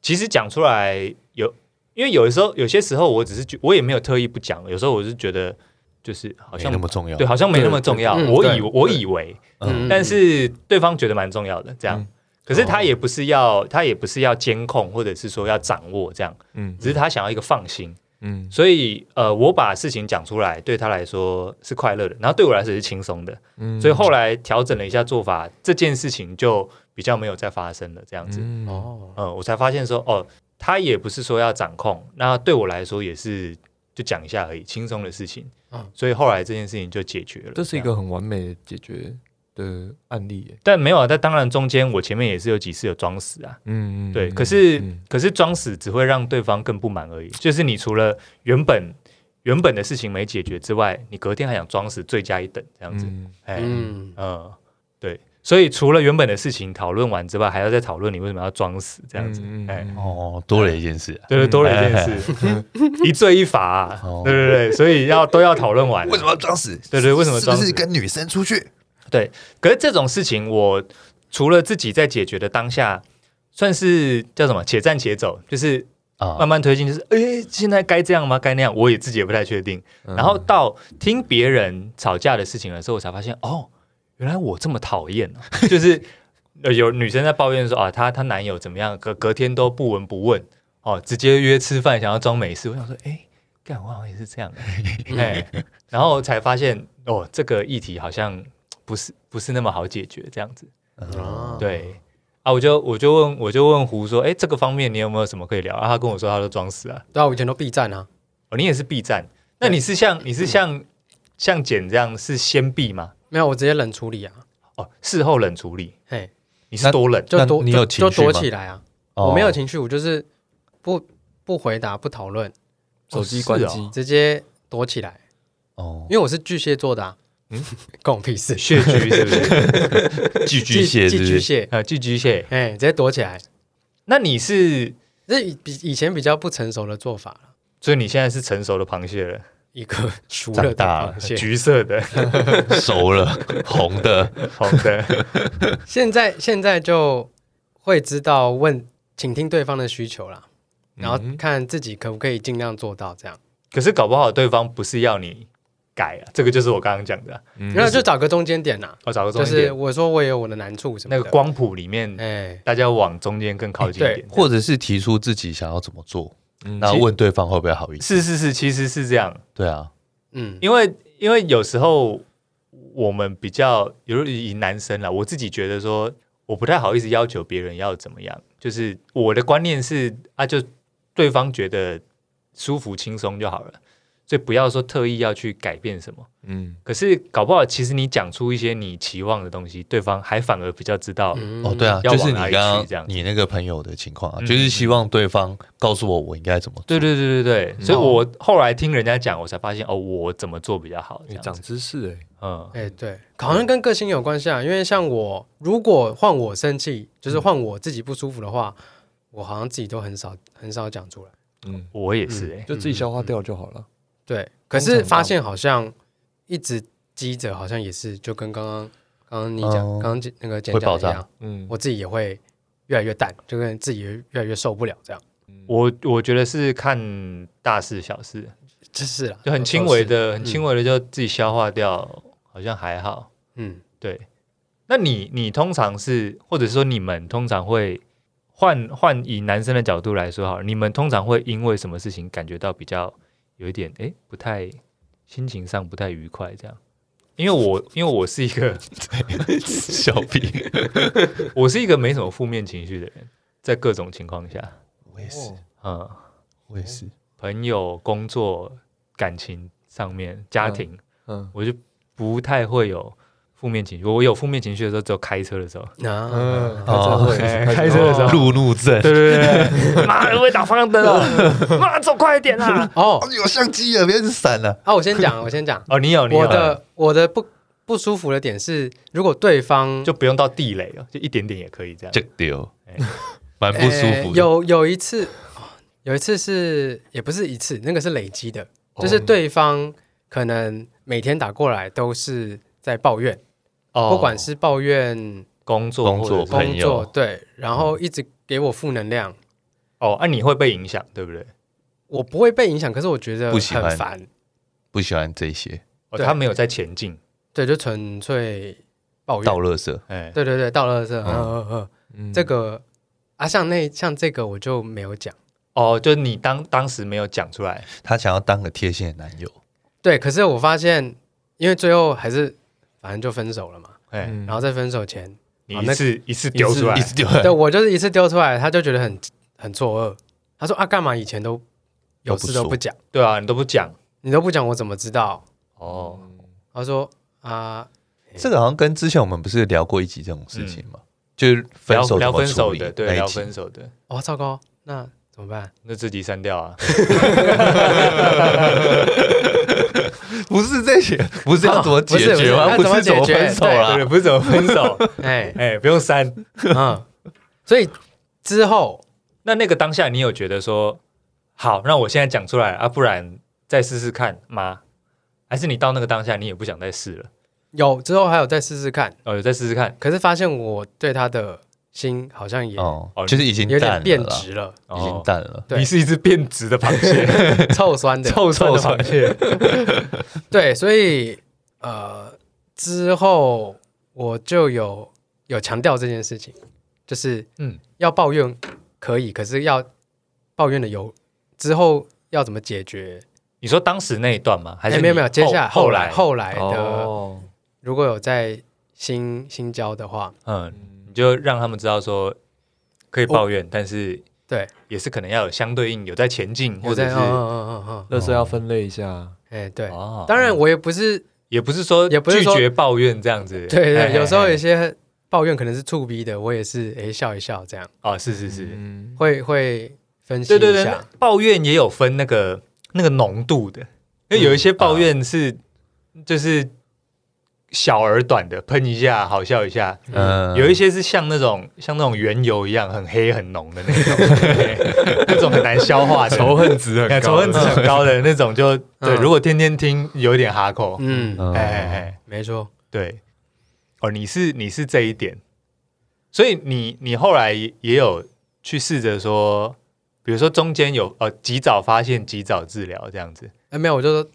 其实讲出来有，因为有的时候有些时候我只是觉我也没有特意不讲，有时候我是觉得就是好没像那么重要对，。好像没那么重要。对对我嗯以对我以为，嗯但是对方觉得蛮重要的，这样。嗯可是哦他也不是要，他也不是要监控，或者是说要掌握这样，嗯只是他想要一个放心。嗯所以，呃，我把事情讲出来，对他来说是快乐的，然后对我来说也是轻松的。嗯所以后来调整了一下做法，这件事情就比较没有再发生了。这样子，嗯、嗯哦，我才发现说，哦，他也不是说要掌控，那对我来说也是就讲一下而已，轻松的事情。嗯所以后来这件事情就解决了。嗯这是一样，个很完美的解决的案例耶。但没有啊，但当然中间我前面也是有几次有装死啊，嗯对，可是、嗯可是装死只会让对方更不满而已。就是你除了原本原本的事情没解决之外，你隔天还想装死，罪加一等这样子。嗯哎、嗯，嗯，对，所以除了原本的事情讨论完之外，还要再讨论你为什么要装死这样子，嗯嗯哎、嗯哦，多了一件事啊。对对，多了一件事， 一罪一罚、啊哦，对对对，所以要都要讨论完。为什么要装死？对对为什么是不装死是跟女生出去？对，可是这种事情，我除了自己在解决的当下，算是叫什么？且战且走，就是啊慢慢推进，就是哎、现在该这样吗？该那样？我也自己也不太确定。然后到听别人吵架的事情的时候，我才发现哦，原来我这么讨厌哦、 就是呃有女生在抱怨说啊，她她男友怎么样，隔隔天都不闻不问哦，直接约吃饭，想要装没事。我想说，哎、干我好像也是这样，哎、然后才发现哦，这个议题好像不是不是那么好解决这样子。啊，嗯对啊，我就我就问我就问胡说，哎，这个方面你有没有什么可以聊？啊，他跟我说他都装死啊，对啊，我以前都 B 站啊，哦，你也是 B 站，那你是像你是像像简这样是先 B 吗？没有，我直接冷处理啊，哦，事后冷处理，嘿，你是多冷？就那躲你就有情就绪躲吗起来啊，哦我没有情绪，我就是不不回答，不讨论，手机关是机哦，直接躲起来， 哦，因为我是巨蟹座的啊，嗯， 关我屁事，血居是不是？巨巨蟹是巨不巨是？蟹， 呃，寄居蟹。哎，直接躲起来，那你是，这以比以前比较不成熟的做法了，所以你现在是成熟的螃蟹了，一个 熟长了的大了螃蟹，橘色的、 熟了，红的，红的。 现在现在就会知道问，请听对方的需求啦，嗯然后看自己可不可以尽量做到这样，可是搞不好对方不是要你改啊，这个就是我刚刚讲的啊、嗯嗯然后就找个中间点啦，我找个中就间是点，我说我也有我的难处什么那的，个光谱里面，哎，大家往中间更靠近一点。或者是提出自己想要怎么做，嗯那问对方会不会好一点？是是是，其实是这样，对啊，嗯，因为因为有时候我们比较，比如以男生啦，我自己觉得说，我不太好意思要求别人要怎么样，就是我的观念是啊，就对方觉得舒服轻松就好了，所以不要说特意要去改变什么。嗯，可是搞不好，其实你讲出一些你期望的东西，对方还反而比较知道。嗯哦，对啊，要就是往你哪刚里去刚这样子你那个朋友的情况啊，嗯就是希望对方告诉我我应该怎么做。对对对对对，所以我后来听人家讲，我才发现哦，我怎么做比较好这你样长子。知识哎，嗯，哎、对，好像跟个性有关系啊。因为像我，如果换我生气，就是换我自己不舒服的话，我好像自己都很少很少讲出来。嗯，我也是哎，就自己消化掉就好了。对，可通是常发大现好像一直积着，好像也是就跟刚刚刚刚你讲，哦刚刚那个简会讲爆的一炸样，嗯，我自己也会越来越淡，就跟自己越来越受不了这样。我我觉得是看大事小事，就是啦，就很有时轻候微是，的，很轻微的就自己消化掉，好像还好。嗯，对，那你你通常是，或者说你们通常会换换以男生的角度来说好了，你们通常会因为什么事情感觉到比较有一点哎不太心情上不太愉快这样？因为我因为我是一个 小 B，我是一个没什么负面情绪的人，在各种情况下，我也哦是，嗯，我也是，朋友、工作、感情上面、家嗯庭，嗯我就不太会有负面情绪。我有负面情绪的时候，只有开车的时候。啊，嗯，哦哎开开车车的时候会，路怒症，对对对 对，妈的，我也打方向灯了，妈走快一点啊啦！，哦，哦有相机了，别一直闪了。啊，我先讲，我先讲哦，你有你有，我的我的不不舒服的点是，如果对方就不用到地雷了，就一点点也可以这样这。丢哎，蛮不舒呃服的。有有一次，哦有一次是也不是一次，那个是累积的，哦就是对方可能每天打过来都是在抱怨，哦不管是抱怨工作工作或者是工朋友作，对，然后一直给我负能量，哦，啊，你会被影响，对不对？我不会被影响，可是我觉得不喜欢很烦，不喜欢这些哦，对他没有在前进，对，就纯粹抱倒怨，垃圾，哎，对对对，到了这，嗯嗯嗯嗯，嗯这个啊，像那像这个我就没有讲。哦，就是你当当时没有讲出来，他想要当个贴心的男友。对，可是我发现，因为最后还是反正就分手了嘛。哎，嗯然后在分手前，你啊一那次一次丢出来一，直 丢，对我就是一次丢出来，他就觉得很很错愕。他说啊，干嘛以前都有都不事都说不讲，对啊，你都不讲，你都不讲，我怎么知道？嗯哦，他说啊，这个好像跟之前我们不是聊过一集这种事情吗？就是分聊手嗯聊怎么分处手理的，那对，一聊集分手的，哦，糟糕，那怎么办？那自己删掉啊，不是这些，不是哦要怎么解不是决吗？不是是怎么分手啊对啦对，？不是怎么分 手，，哎哎，不用删。嗯，所以之后那那个当下，你有觉得说，好，那我现在讲出来啊，不然再试试看吗？还是你到那个当下，你也不想再试了？有之后还有再试试看，哦，有再试试看，可是发现我对他的心好像也有哦哦，就是已经淡点变了啦，直了，哦已经淡了。对你是一只变质的螃 蟹， 臭酸的，臭臭的螃蟹。 对，所以呃，之后我就有有强调这件事情，就是嗯，要抱怨可以，可是要抱怨的有之后要怎么解决？你说当时那一段吗？还是哎你没有没有，接下来后来后后来的、哦，如果有在新新交的话，嗯，你就让他们知道说可以抱怨，但是对，也是可能要有相对应，有在前进，或有者在是嗯嗯嗯嗯嗯，垃圾要分类一下，哎对。哦当然，我也不是也不是说也不是拒说绝抱怨这样子，对哎哎对，有时候哎有些抱怨可能是触逼的，我也是哎笑一笑这样，哦，是是是，嗯，会会分析对对一对，下那。抱怨也有分那个那个浓度的，因为有一些抱怨是、就是小而短的，喷一下好笑一下，嗯有一些是像那种像那种原油一样很黑很浓的那种， 对那种很难消化的仇。恨值很哎高， 嗯仇恨值很高的那种就，对，嗯如果天天听有点哈口，嗯，呃哎哎哎，没错，对，哦，你是你是这一点，所以你你后来也也有去试着说，比如说中间有呃及早发现、及早治疗这样子，哎没有，我就说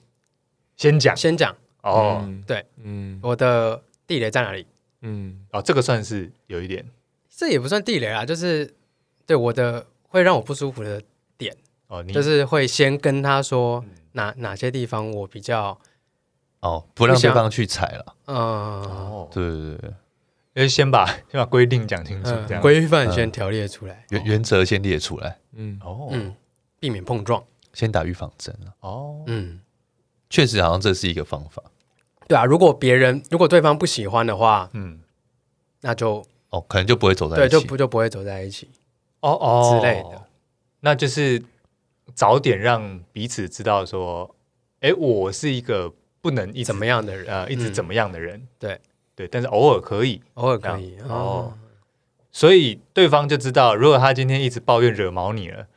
先讲先讲哦、嗯对，嗯我的地雷在哪里。嗯哦，这个算是有一点这也不算地雷啦，就是对我的会让我不舒服的，哦，你就是会先跟他说哪哪些地方我比较，哦，不让不对想方去踩了，嗯哦，对对对对，就是先把先把规定讲清楚这嗯，样、规范先条列出来，原原则先列出来，嗯，哦嗯，避免碰撞，先打预防针啊。哦，嗯，确实，好像这是一个方法对啊，如果别人如果对方不喜欢的话，嗯，那就哦，可能就不会走在对一起。就不就不会走在一起，哦哦之类的，那就是早点让彼此知道说，哎，我是一个不能一直怎么样的人，呃一直嗯怎么样的人，对对，但是偶尔可以。偶尔可以这样哦 哦，所以对方就知道，如果他今天一直抱怨惹毛你了，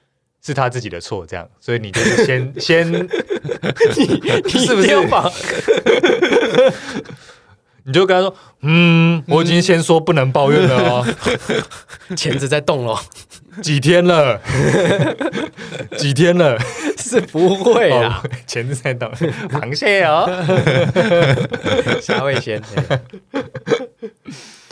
是他自己的错，这样，所以你就是 先先，是不一定是要把？ 你就跟他说，嗯，我已经先说不能抱怨了 哦，钳子在动咯，几天 了，几天了，是不会啊啦啊哦，，前置在等螃蟹哦，虾味先，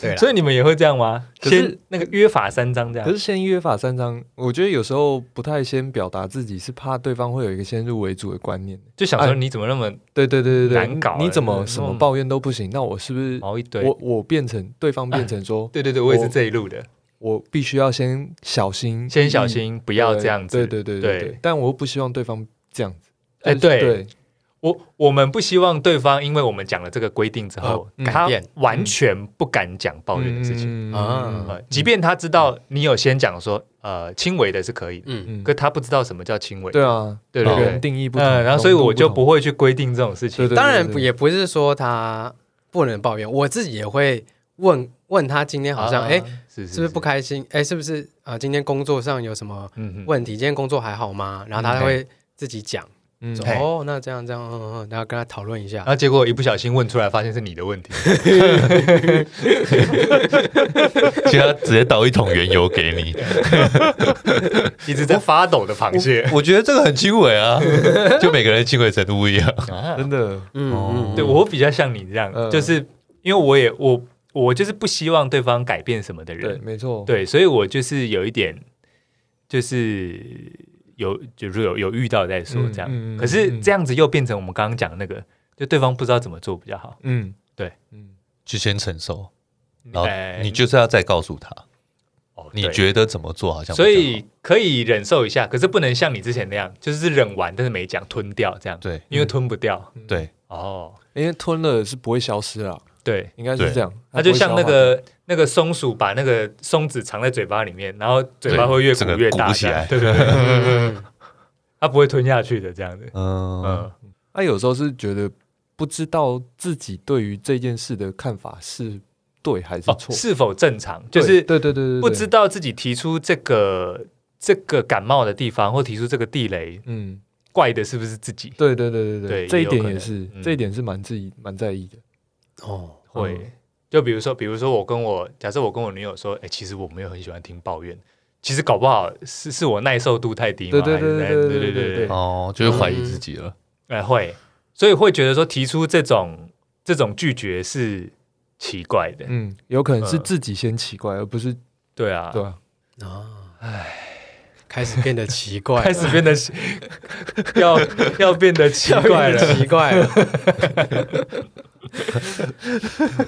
对啦，所以你们也会这样吗？啊可是先那个约法三章这可样是，先约法三章，我觉得有时候不太先表达自己，是怕对方会有一个先入为主的观念。就想说你怎么那么对对对对对，难搞欸你哦你怎么嗯什么抱怨都不行？那我是不是毛一堆？我我变成对方变成说，对对对，我也是这一路的，我嗯必须要先小心，先小心，不不要这样子。对对对对对对，但我又不希望对方这样子。哎就是对对，我我们不希望对方因为我们讲了这个规定之后，呃嗯他改变完全不敢讲抱怨的事情。情啊呃，即便他知道你有先讲说，呃，轻微的是可以的，嗯，嗯可他不知道什么叫轻微，对啊，对每对个人对，定义不同，嗯，然后所以我就浓度不会去规定这种事情，对对当然不也不是说他不能抱怨，我自己也会问问他今天啊好像哎、是是不是不开心？哎、是不是啊、呃今天工作上有什么嗯嗯问啊题？今天工作还好吗？然后他嗯会自己讲、不说嘿同，哦，那这样这样，嗯嗯嗯，然后跟他讨论一下然。后结果一不小心问出来，发现是你的问题， 其实他直接倒一桶原油 给你，一直在发抖的螃蟹。我觉得这个很轻微 啊，就每个人轻微程度不一样。哦啊真的，嗯嗯，嗯对我比较像你这样，嗯就是因为我也我我就是不希望对方改变什么的人对，，没错，对，所以我就是有一点，就是有就是有有遇到再说嗯这样，嗯嗯可是嗯这样子又变成我们刚刚讲的那个，就对方不知道怎么做比较好。嗯，对，嗯，就先承受，然后哎你就是要再告诉他，哦你对觉得怎么做好像比所较好。以可以忍受一下，可是不能像你之前那样，就是忍完但是没讲吞掉这样，对嗯因为吞不掉。对，哦，因为吞了是不会消失啦，对，应该是对这样，它它不就会像那消化个那个松鼠把那个松子藏在嘴巴里面，然后嘴巴对会越鼓整个越鼓大起这样来对对对， 嗯嗯它不会吞下去的这样子。嗯，嗯，他有时候是觉得不知道自己对于这件事的看法是对还是哦，错，是否正常？就对是对对对对，不对知，道自己提出这个这个感冒的地方，或提出这个地雷，嗯，怪的是不是自己？对对对对对这一也有点可也能是，嗯这一点是蛮自己蛮在意的，哦，嗯会，就比如说，比如说我跟我假设我跟我女友说，哎、其实我没有很喜欢听抱怨，其实搞不好是是我耐受度太低对嘛，对还是对哎对对对对对对，哦，就是怀疑自己了。哎、会，所以会觉得说提出这种这种拒绝是奇怪的，嗯，有可能是呃自己先奇怪，而不是对啊，对啊，啊，开始变得奇怪了，开始变得 要要变得奇怪变得了，奇怪了，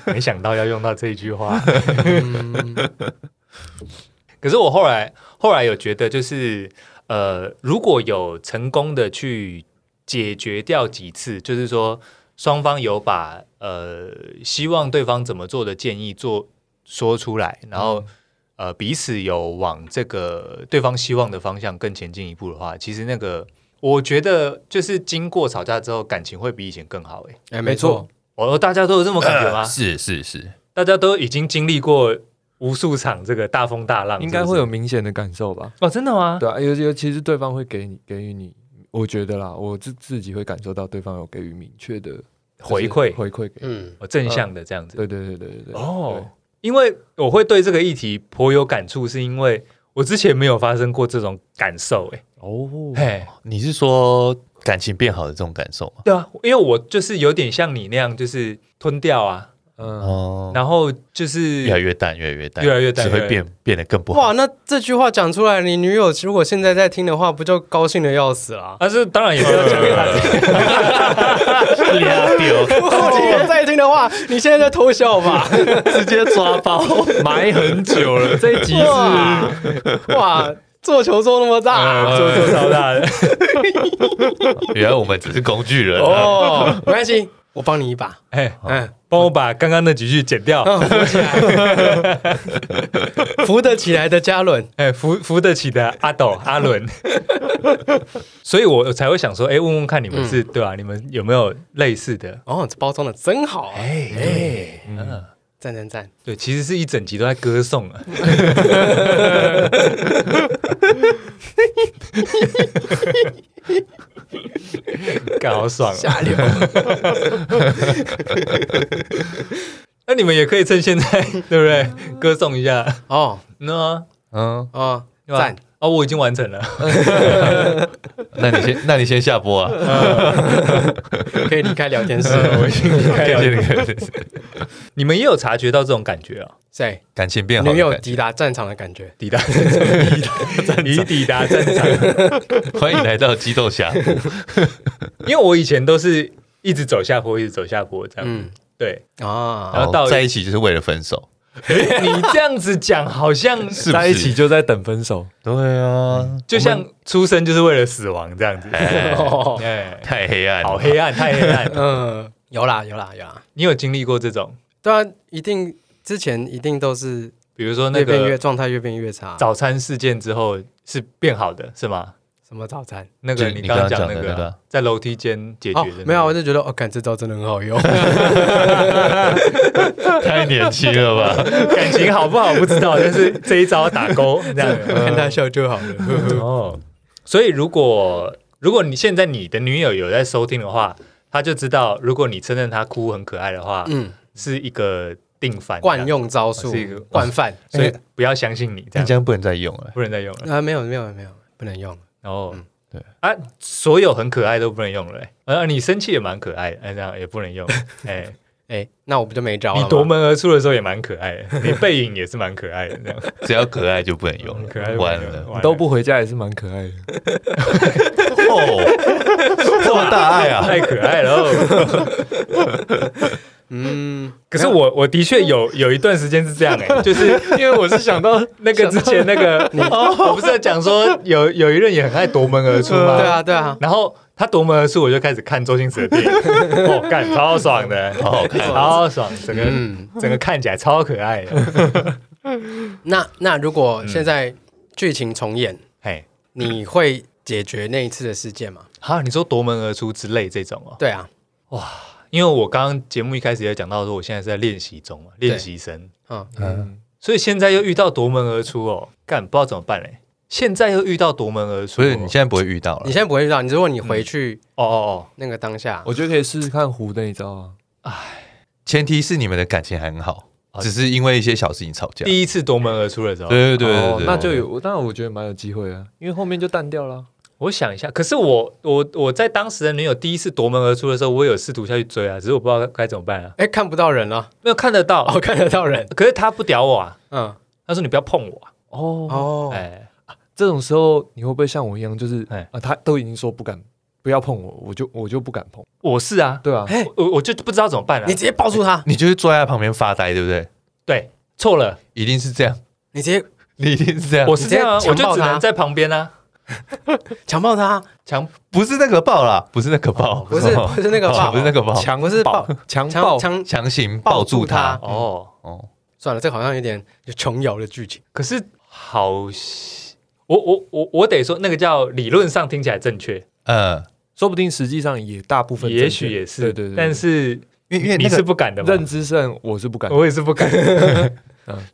没想到要用到这一句话。嗯可是我后来后来有觉得，就是呃，如果有成功的去解决掉几次，就是说双方有把呃希望对方怎么做的建议做说出来，然后、呃彼此有往这个对方希望的方向更前进一步的话，其实那个我觉得就是经过吵架之后，感情会比以前更好、欸。哎，哎，没错，我大家都有这么感觉吗？呃是是是，大家都已经经历过无数场这个大风大浪，应该是不会是有明显的感受吧？哦，真的吗？对啊，尤尤其是对方会给你给予你，我觉得啦，我自自己会感受到对方有给予明确的就是回馈回馈给你。嗯，哦，正向的这样子。对对对对对对。对哦，因为我会对这个议题颇有感触，是因为我之前没有发生过这种感受、欸，哦，哎，你是说感情变好的这种感受吗？对啊，因为我就是有点像你那样，就是吞掉啊，嗯，哦，然后就是越来越淡，越来越淡，越来越淡只越会来越变变得更不好哇，。那这句话讲出来，你女友如果现在在听的话，不就高兴的要死 了？但是啊当然也不要讲给他听，俩 丢，如果今天在听的话，你现在在偷笑 吧？直接抓包，埋很久 了。这一集哇哇，做球做那么嗯大呃做做超大的原来我们只是工具人啊，哦，没关系，我帮你一把。哎，嗯，帮我把刚刚那几句剪掉，嗯扶起来， 扶得起来的嘉伦，哎，扶扶得起的阿斗、阿伦， 所以我才会想说，哎，问问看你们是、对吧、啊你们有没有类似的？哦，这包装的真好啊，哎，对，嗯、赞赞赞！对，其实是一整集都在歌颂啊。干好爽、啊！下流， 那你们也可以趁现在，对不对？歌颂一下，哦那、啊、嗯，哦，对吧赞！哦，我已经完成了。那你先，那你先下播啊，可以离开聊天室嗯了。感谢你，你们也有察觉到这种感觉啊、谁？感情变好女的友感觉。抵达战场的感觉。抵达战场，已抵达战场。欢迎来到激斗峡谷，因为我以前都是一直走下坡，一直走下坡这样。嗯对，啊，然后到哦在一起就是为了分手。你这样子讲，好像是不是在一起就在等分手，对啊，就像出生就是为了死亡这样子。哎哦哎，太黑暗了，好黑暗，太黑暗。嗯，有啦有啦有啦。你有经历过这种？对啊，一定之前一定都是比如说那越变越个状态越变越差。早餐事件之后是变好的，是吗？什么早餐？那个就你你刚刚刚讲刚讲那的那个个在楼梯间解决哦的那个，没有，我就觉得哦，感这招真的很 好用。太年轻了 吧？ 感情好不好不知道，但是这一招打勾这看样。他笑就好了。 哦，所以如果如果你现在你的女友有在收听的话，她就知道，如果你承认她哭很可爱的话，嗯，是一个定番惯，用哎招哦数是一个，惯犯。这 样所以不要相信你这那样这，样不能再用了。不能再用了。啊，没有没有没有，不能用。哦，嗯对啊，所有很可爱都不能用了、欸。呃，你生气也蛮可爱的，哎，这样也不能用。 哎，哎，那我不就没招了你吗？夺门而出的时候也蛮可爱的，你背影也是蛮可爱的， 这样只要可爱就不能用 了，可爱就不能完用了完了都不回家也是蛮可爱的。哦，这么大爱啊！ 太可爱了哦。 嗯，可是我我的确有有一段时间是这样哎、 就是因为我是想到那个之前那个，哦， 我不是在讲说有有一任也很爱夺门而出吗？ 对啊对啊，然后他夺门而出，我就开始看周星驰的电影， 哦，干超爽的，好好看超爽，整个、嗯。整个看起来超可爱的，那那如果现在剧情重演， 嘿。你会解决那一次的事件吗？哈，你说夺门而出之类这种哦，对啊，因为我刚刚节目一开始也讲到说，我现在是在练习中嘛，练习生，嗯，嗯，所以现在又遇到夺门而出哦，干不知道怎么办嘞。现在又遇到夺门而出、所哦，以你现在不会遇到了你，现在不会遇到，你如果你回去哦哦那个当下，我觉得可以试试看胡那一招啊。前提是你们的感情还很好，只是因为一些小事情吵哦，架。对第一次夺门而出的时候，对对对哦对，那就有，那我觉得蛮有机会啊，因为后面就淡掉了。我想一下，可是我我我在当时的女友第一次夺门而出的时候，我有试图下去追啊，只是我不知道该怎么办啊，哎，看不到人了，没有看得到，哦，看得到人，可是她不屌我啊，嗯，她说你不要碰我、啊，哦，哦，哎，这种时候你会不会像我一样，就是哎啊，他都已经说不敢不要碰我，我就我就不敢碰。我是啊，对啊，哎，我我就不知道怎么办了、啊你直接抱住他，你就是坐在他旁边发呆，对不对？对，错了，一定是这样， 你直接你一定是这样。我是这样啊，你直接我强暴就只他能在旁边啊，强暴他，强不是那个抱啦，不是那个抱，哦不是不是那个哦抱，不是那个抱，强不是暴抱强暴强，强强行抱住他抱。哦。哦，算了，这好像有点有琼瑶的剧情。可是好像，我我我我得说，那个叫理论上听起来正确，呃，说不定实际上也大部分正确，也许也是，对对对，但是因为因为你哎是那个不敢的嘛，认知上我是不敢。我也是不敢，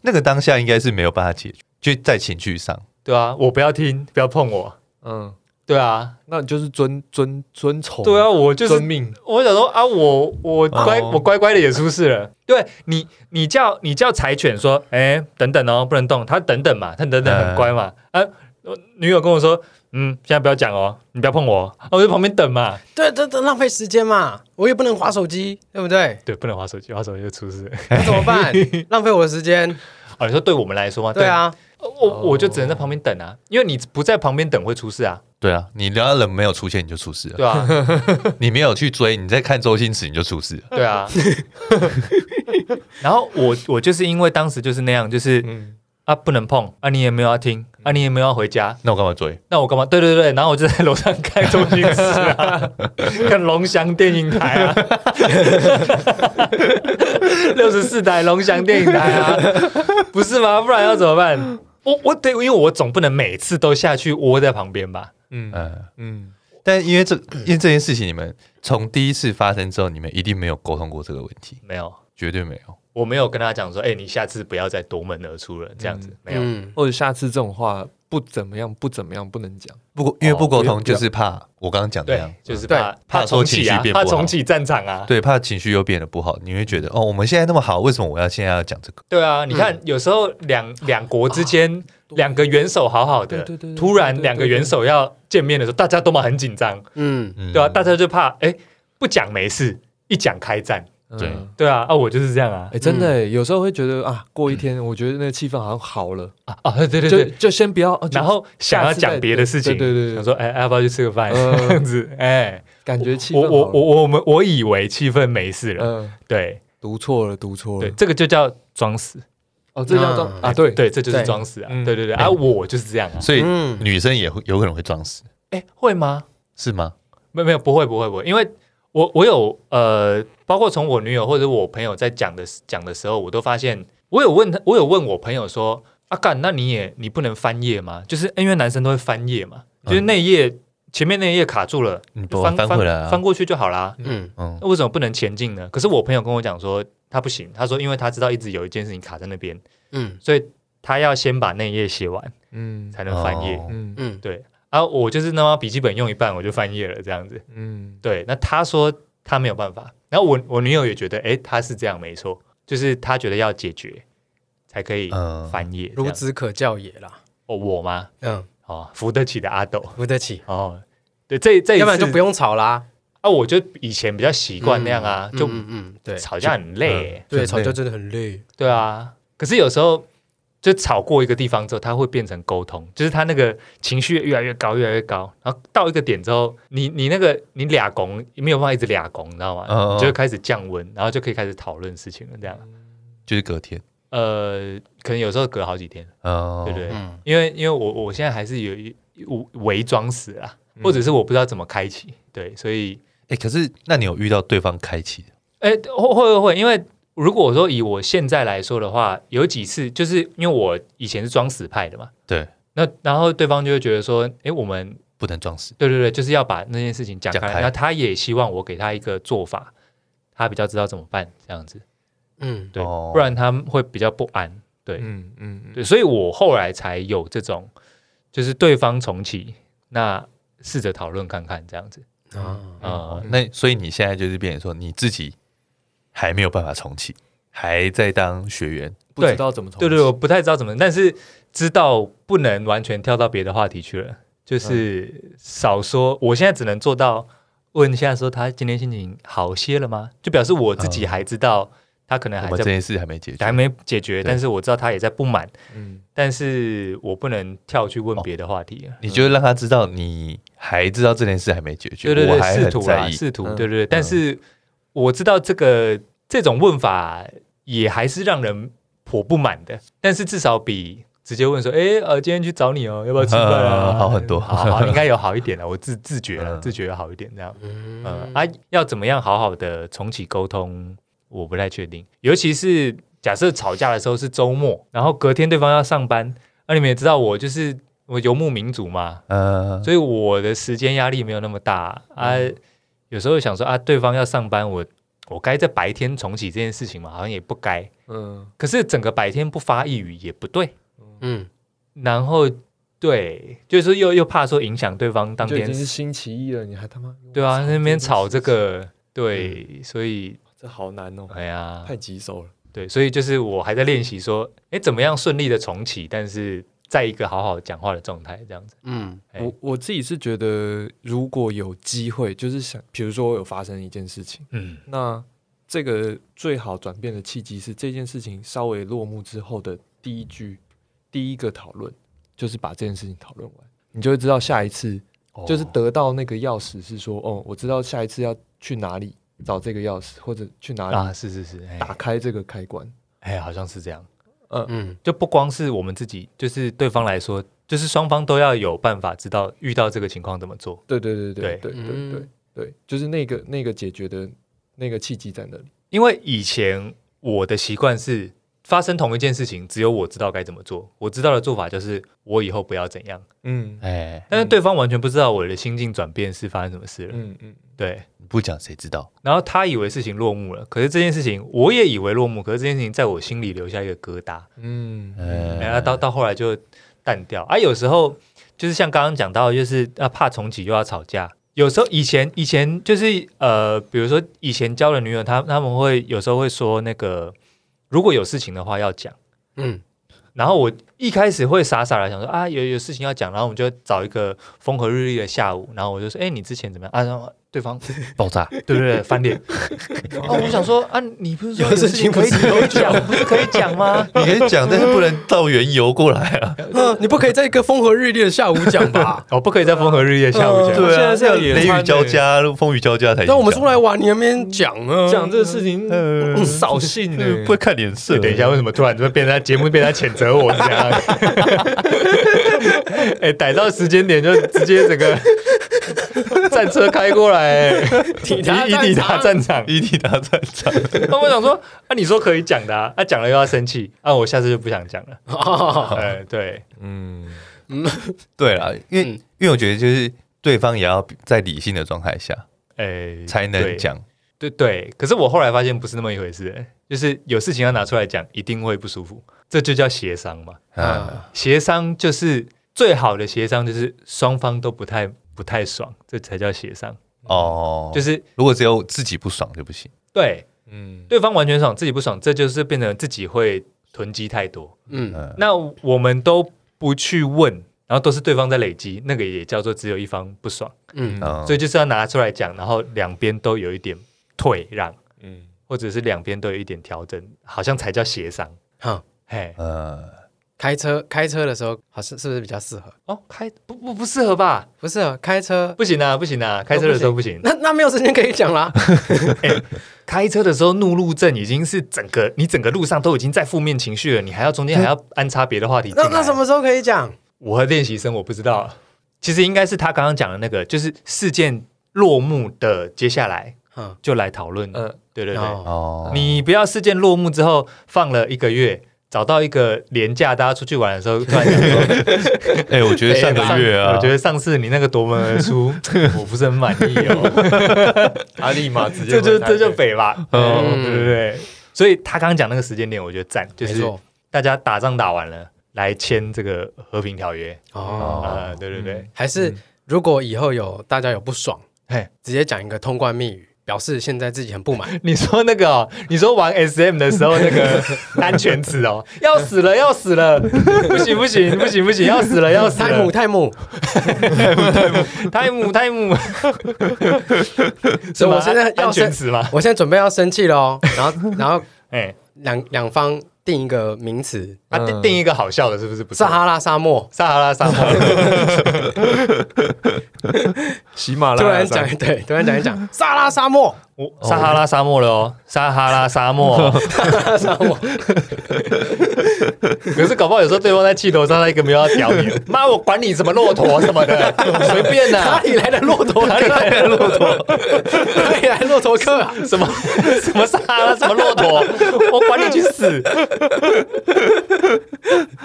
那个当下应该是没有办法解决，就在情绪上。 对啊，我不要听，不要碰我，嗯，对啊，那就是遵遵遵从，对啊，，我就是遵命。我想说啊，我我乖、哦我乖乖的也出事了。对你，你叫你叫柴犬说，哎，等等哦，不能动，它等等嘛，它等等嗯很乖嘛。啊，我女友跟我说，嗯，现在不要讲哦，你不要碰我哦，啊我在旁边等嘛。对，这这浪费时间嘛，我也不能划手机，对 不对？对，不能划手机，划手机就出事了。那怎么办？浪费我的时间。哦，你说对我们来说吗？对，啊，呃我我就只能在旁边等啊，因为你不在旁边等会出事啊，对啊，你聊到人没有出现，你就出事了。对啊，你没有去追，你在看周星驰，你就出事 了。对啊。 然后我我就是因为当时就是那样，就是、嗯，啊不能碰啊，你也没有要听啊，你也没有要回家，那我干嘛追？那我干嘛？对对对，然后我就在楼上看周星驰啊，看龙翔电影台啊，六十四台龙翔电影台啊，不是吗？不然要怎么办？我我得，因为我总不能每次都下去窝在旁边吧？嗯嗯、嗯，但因为这因为这件事情，你们从第一次发生之后，你们一定没有沟通过这个问题，没有，绝对没有。我没有跟他讲说，哎、你下次不要再夺门而出了，这样子、没有。嗯，或者下次这种话不怎么样，不怎么样，不能讲。不过因为不沟不要通，就是怕我刚刚讲那对样，，嗯就是对怕怕重说启情啊绪，变不怕好重启战场啊。对，怕情绪又变得不好，你会觉得哦，我们现在那么好，为什么我要现在要讲这个？对啊，你嗯看，有时候两两国之间对两个元首好好的啊对对对，对突对然对两个对元首要见面的时候，大家都嘛很紧张，嗯，嗯对啊，大家就怕哎、不讲没事，一讲开战，嗯对对啊，啊我就是这样啊哎、真的、有时候会觉得啊，过一天，我觉得那个气氛好像好了，啊啊对对对哎就就先不要，啊就然后想要下次再讲别的事情，对对对想对说哎、要不要去吃个饭、嗯这样子，哎、感觉气氛我好了我我我我们我以为气氛没事了，嗯，对读错了，读错对，了，这个就叫装死，哦，这叫做嗯啊，对，对，这就是对装死啊，嗯对对对，哎啊我就是这样啊，所以嗯女生也会有可能会装死，哎、会吗？是吗？没有没有不会不会不会，因为我我有呃，包括从我女友或者我朋友在讲的讲的时候，我都发现我有问他，我有问我朋友说啊干，那你也你不能翻页吗？就是因为男生都会翻页嘛，就是那一页、前面那一页卡住了，嗯你不就翻翻翻回来啊？翻过去就好啦。嗯嗯那为什么不能前进呢？可是我朋友跟我讲说他不行，他说因为他知道一直有一件事情卡在那边，嗯所以他要先把那一页写完嗯才能翻页。哦嗯嗯，对啊，我就是那么笔记本用一半我就翻页了这样子。嗯，对，那他说他没有办法，然后我我女友也觉得，哎，他是这样没错，就是他觉得要解决才可以嗯翻页。这孺样子可教也啦。哦，我吗？嗯，哦，扶得起的阿斗扶得起，哦，对，这这一次要不然就不用吵啦。啊，我就以前比较习惯那样啊，嗯就嗯嗯，对嗯吵架很累，对，很吵累架真的很累。对啊。可是有时候就吵过一个地方之后，他会变成沟通，就是他那个情绪越来越高，越来越高，然后到一个点之后，你你那个你俩拱没有办法一直俩拱，你知道吗？嗯嗯你就会开始降温，然后就可以开始讨论事情了，这样。就是隔天，呃，可能有时候隔好几天，哦，对不对？嗯因为因为我我现在还是有一伪伪装死啦，嗯或者是我不知道怎么开启，对，所以哎、可是那你有遇到对方开启的？哎、会会会，因为如果说以我现在来说的话，有几次就是因为我以前是装死派的嘛，对，那然后对方就会觉得说，哎，我们不能装死。对对对，就是要把那件事情讲讲开，开然后他也希望我给他一个做法，他比较知道怎么办这样子，嗯对，哦不然他会比较不安，对，嗯嗯嗯对，所以我后来才有这种，就是对方重启，那试着讨论看看这样子啊，嗯啊、呃哦那所以你现在就是变成说你自己还没有办法重启，还在当学员。不知道怎么重对对，启我不太知道怎么，但是知道不能完全跳到别的话题去了，就嗯是少说。我现在只能做到问一下，说他今天心情好些了吗？就表示我自己还知道他可能还嗯我们这在件事还没解决，还没解决，对但是我知道他也在不满，嗯，但是我不能跳去哦问别的话题了。你就让他知道你还知道这件事还没解决，对对我对，还试很图在啦，意。试图，嗯对对对。但是我知道这个这种问法也还是让人颇不满的，但是至少比直接问说，哎，呃，今天去找你哦，要不要吃饭啊？嗯好很多好好，应 该有好一点了，我自自觉了，嗯自觉有好一点这样。嗯嗯啊，要怎么样好好的重启沟通，我不太确定。尤其是假设吵架的时候是周末，然后隔天对方要上班，那、你们也知道我就是我游牧民族嘛，呃，所以我的时间压力没有那么大啊。嗯有时候想说啊，对方要上班，我我该在白天重启这件事情嘛，好像也不该。嗯，可是整个白天不发一语也不对，嗯，然后对，就是又又怕说影响对方当就已天经，是星期一了，你还他妈对啊，那边吵这，个，事对，所以这好难哦，哎呀，嗯太棘手了。对，所以就是我还在练习说，哎，怎么样顺利的重启，但是在一个好好讲话的状态，这样子。嗯哎我我自己是觉得，如果有机会，就是想，比如说我有发生一件事情，嗯那这个最好转变的契机是这件事情稍微落幕之后的第一句，第一个讨论，就是把这件事情讨论完，你就会知道下一次哦就是得到那个钥匙是说，哦，我知道下一次要去哪里找这个钥匙，或者去哪里啊，是是是，打哎开这个开关。哎，好像是这样。嗯就不光是我们自己，就是对方来说，就是双方都要有办法知道遇到这个情况怎么做。对对对对对对嗯对对对，就是那个那个解决的那个契机在那里。因为以前我的习惯是，发生同一件事情，只有我知道该怎么做。我知道的做法就是，我以后不要怎样。嗯哎，但是对方完全不知道我的心境转变是发生什么事了。嗯嗯，对，不讲谁知道？然后他以为事情落幕了，可是这件事情我也以为落幕，可是这件事情在我心里留下一个疙瘩，嗯，呃，然后到到后来就淡掉。啊，有时候就是像刚刚讲到，就是啊怕重启又要吵架。有时候以前以前就是呃，比如说以前交了女友，他他们会有时候会说那个如果有事情的话要讲。嗯然后我一开始会傻傻的想说啊，有有事情要讲，然后我们就找一个风和日丽的下午，然后我就说，哎、你之前怎么样啊？然后对 方爆炸，对对对，翻脸。哦，我想说啊，你不是说有有事事情情可以不是可以讲，不是可以讲吗？？你可以讲，但是不能到原油过来啊。嗯，你不可以在一个风和日丽的下午讲吧哦，不可以在风和日丽的下午讲。对啊现在是要雷野餐雨的交加，风雨交加才行。那我们出来玩，你那边讲啊，讲这个事情嗯呃扫兴呢呃， 不会看脸色。对啊等一 下，为什么突然就变成他节目变成他谴责我这样？ 哎，逮到时间点就直接整个战车开过来，抵以达以抵达战战场。伊蒂达战场，那我想说，啊，你说可以讲的啊，啊讲了又要生气，啊，我下次就不想讲了。场。哎，对，嗯对啦，因嗯为因为我觉得就是对方也要在理性的状态下哎，才能对讲。对对，可是我后来发现不是那么一回事、欸就是有事情要拿出来讲，一定会不舒服，这就叫协商嘛。啊，啊协商就是最好的协商，就是双方都不太不太爽，这才叫协商。哦，就是是如果只有自己不爽就不行。对嗯，对方完全爽，自己不爽，这就是变成自己会囤积太多。嗯嗯，那我们都不去问，然后都是对方在累积，那个也叫做只有一方不爽。嗯嗯所以就是要拿出来讲，然后两边都有一点退让，嗯或者是两边都有一点调整，好像才叫协商。好，嘿，呃，开车开车的时候，好是是不是比较适合？哦，开不不不适合吧？不是啊，开车不行啊，不行啊，开车的时候不行。那那没有时间可以讲啦。开车的时候怒路症已经是整个你整个路上都已经在负面情绪了，你还要中间还要安插别的话题进那来。那什？么时候可以讲？我和练习生我不知道，其实应该是他刚刚讲的那个，就是事件落幕的接下来嗯，就来讨论。呃，对对对。哦哦，你不要事件落幕之后放了一个月，找到一个廉价，大家出去玩的时候，突然想 说哎，我觉得上个月 啊，哎我觉得上次你那个夺门而 出，我不是很满意哦，阿立马直这就回答这就北吧，嗯嗯，对不对？所以他刚刚讲那个时间点，我觉得赞，就没是错。大家打仗打完了，来签这个和平条约哦，啊，对对对，还是如果以后有大家有不爽，嘿，直接讲一个通关密语，表示现在自己很不满。你说那个哦，你说玩 SM 的时候那 个安全词哦，要死了要死了，不行不行不行不行，要死了要死泰了姆，，泰姆，泰姆泰 姆，所以我现在安要全生，词吗？我现在准备要生气了哦。然后，然后哎，两两方定一个名词，啊，嗯定定一个好笑的，是不是？不是撒哈拉沙漠，撒哈拉沙漠， 喜马突拉雅然山讲，对，突然讲一讲 撒哈拉沙漠，我撒哈拉沙漠了哦，撒哈拉沙漠。哦沙漠， 可是搞不好有时候对方在气头上，他一个没有要屌 你，妈，我管你什么骆驼什么的， 随便 啊哪呐、里来的骆 驼？哪里来的骆驼？哪里来的骆驼客啊？什么什么撒哈拉什么骆驼？ 我管你去死！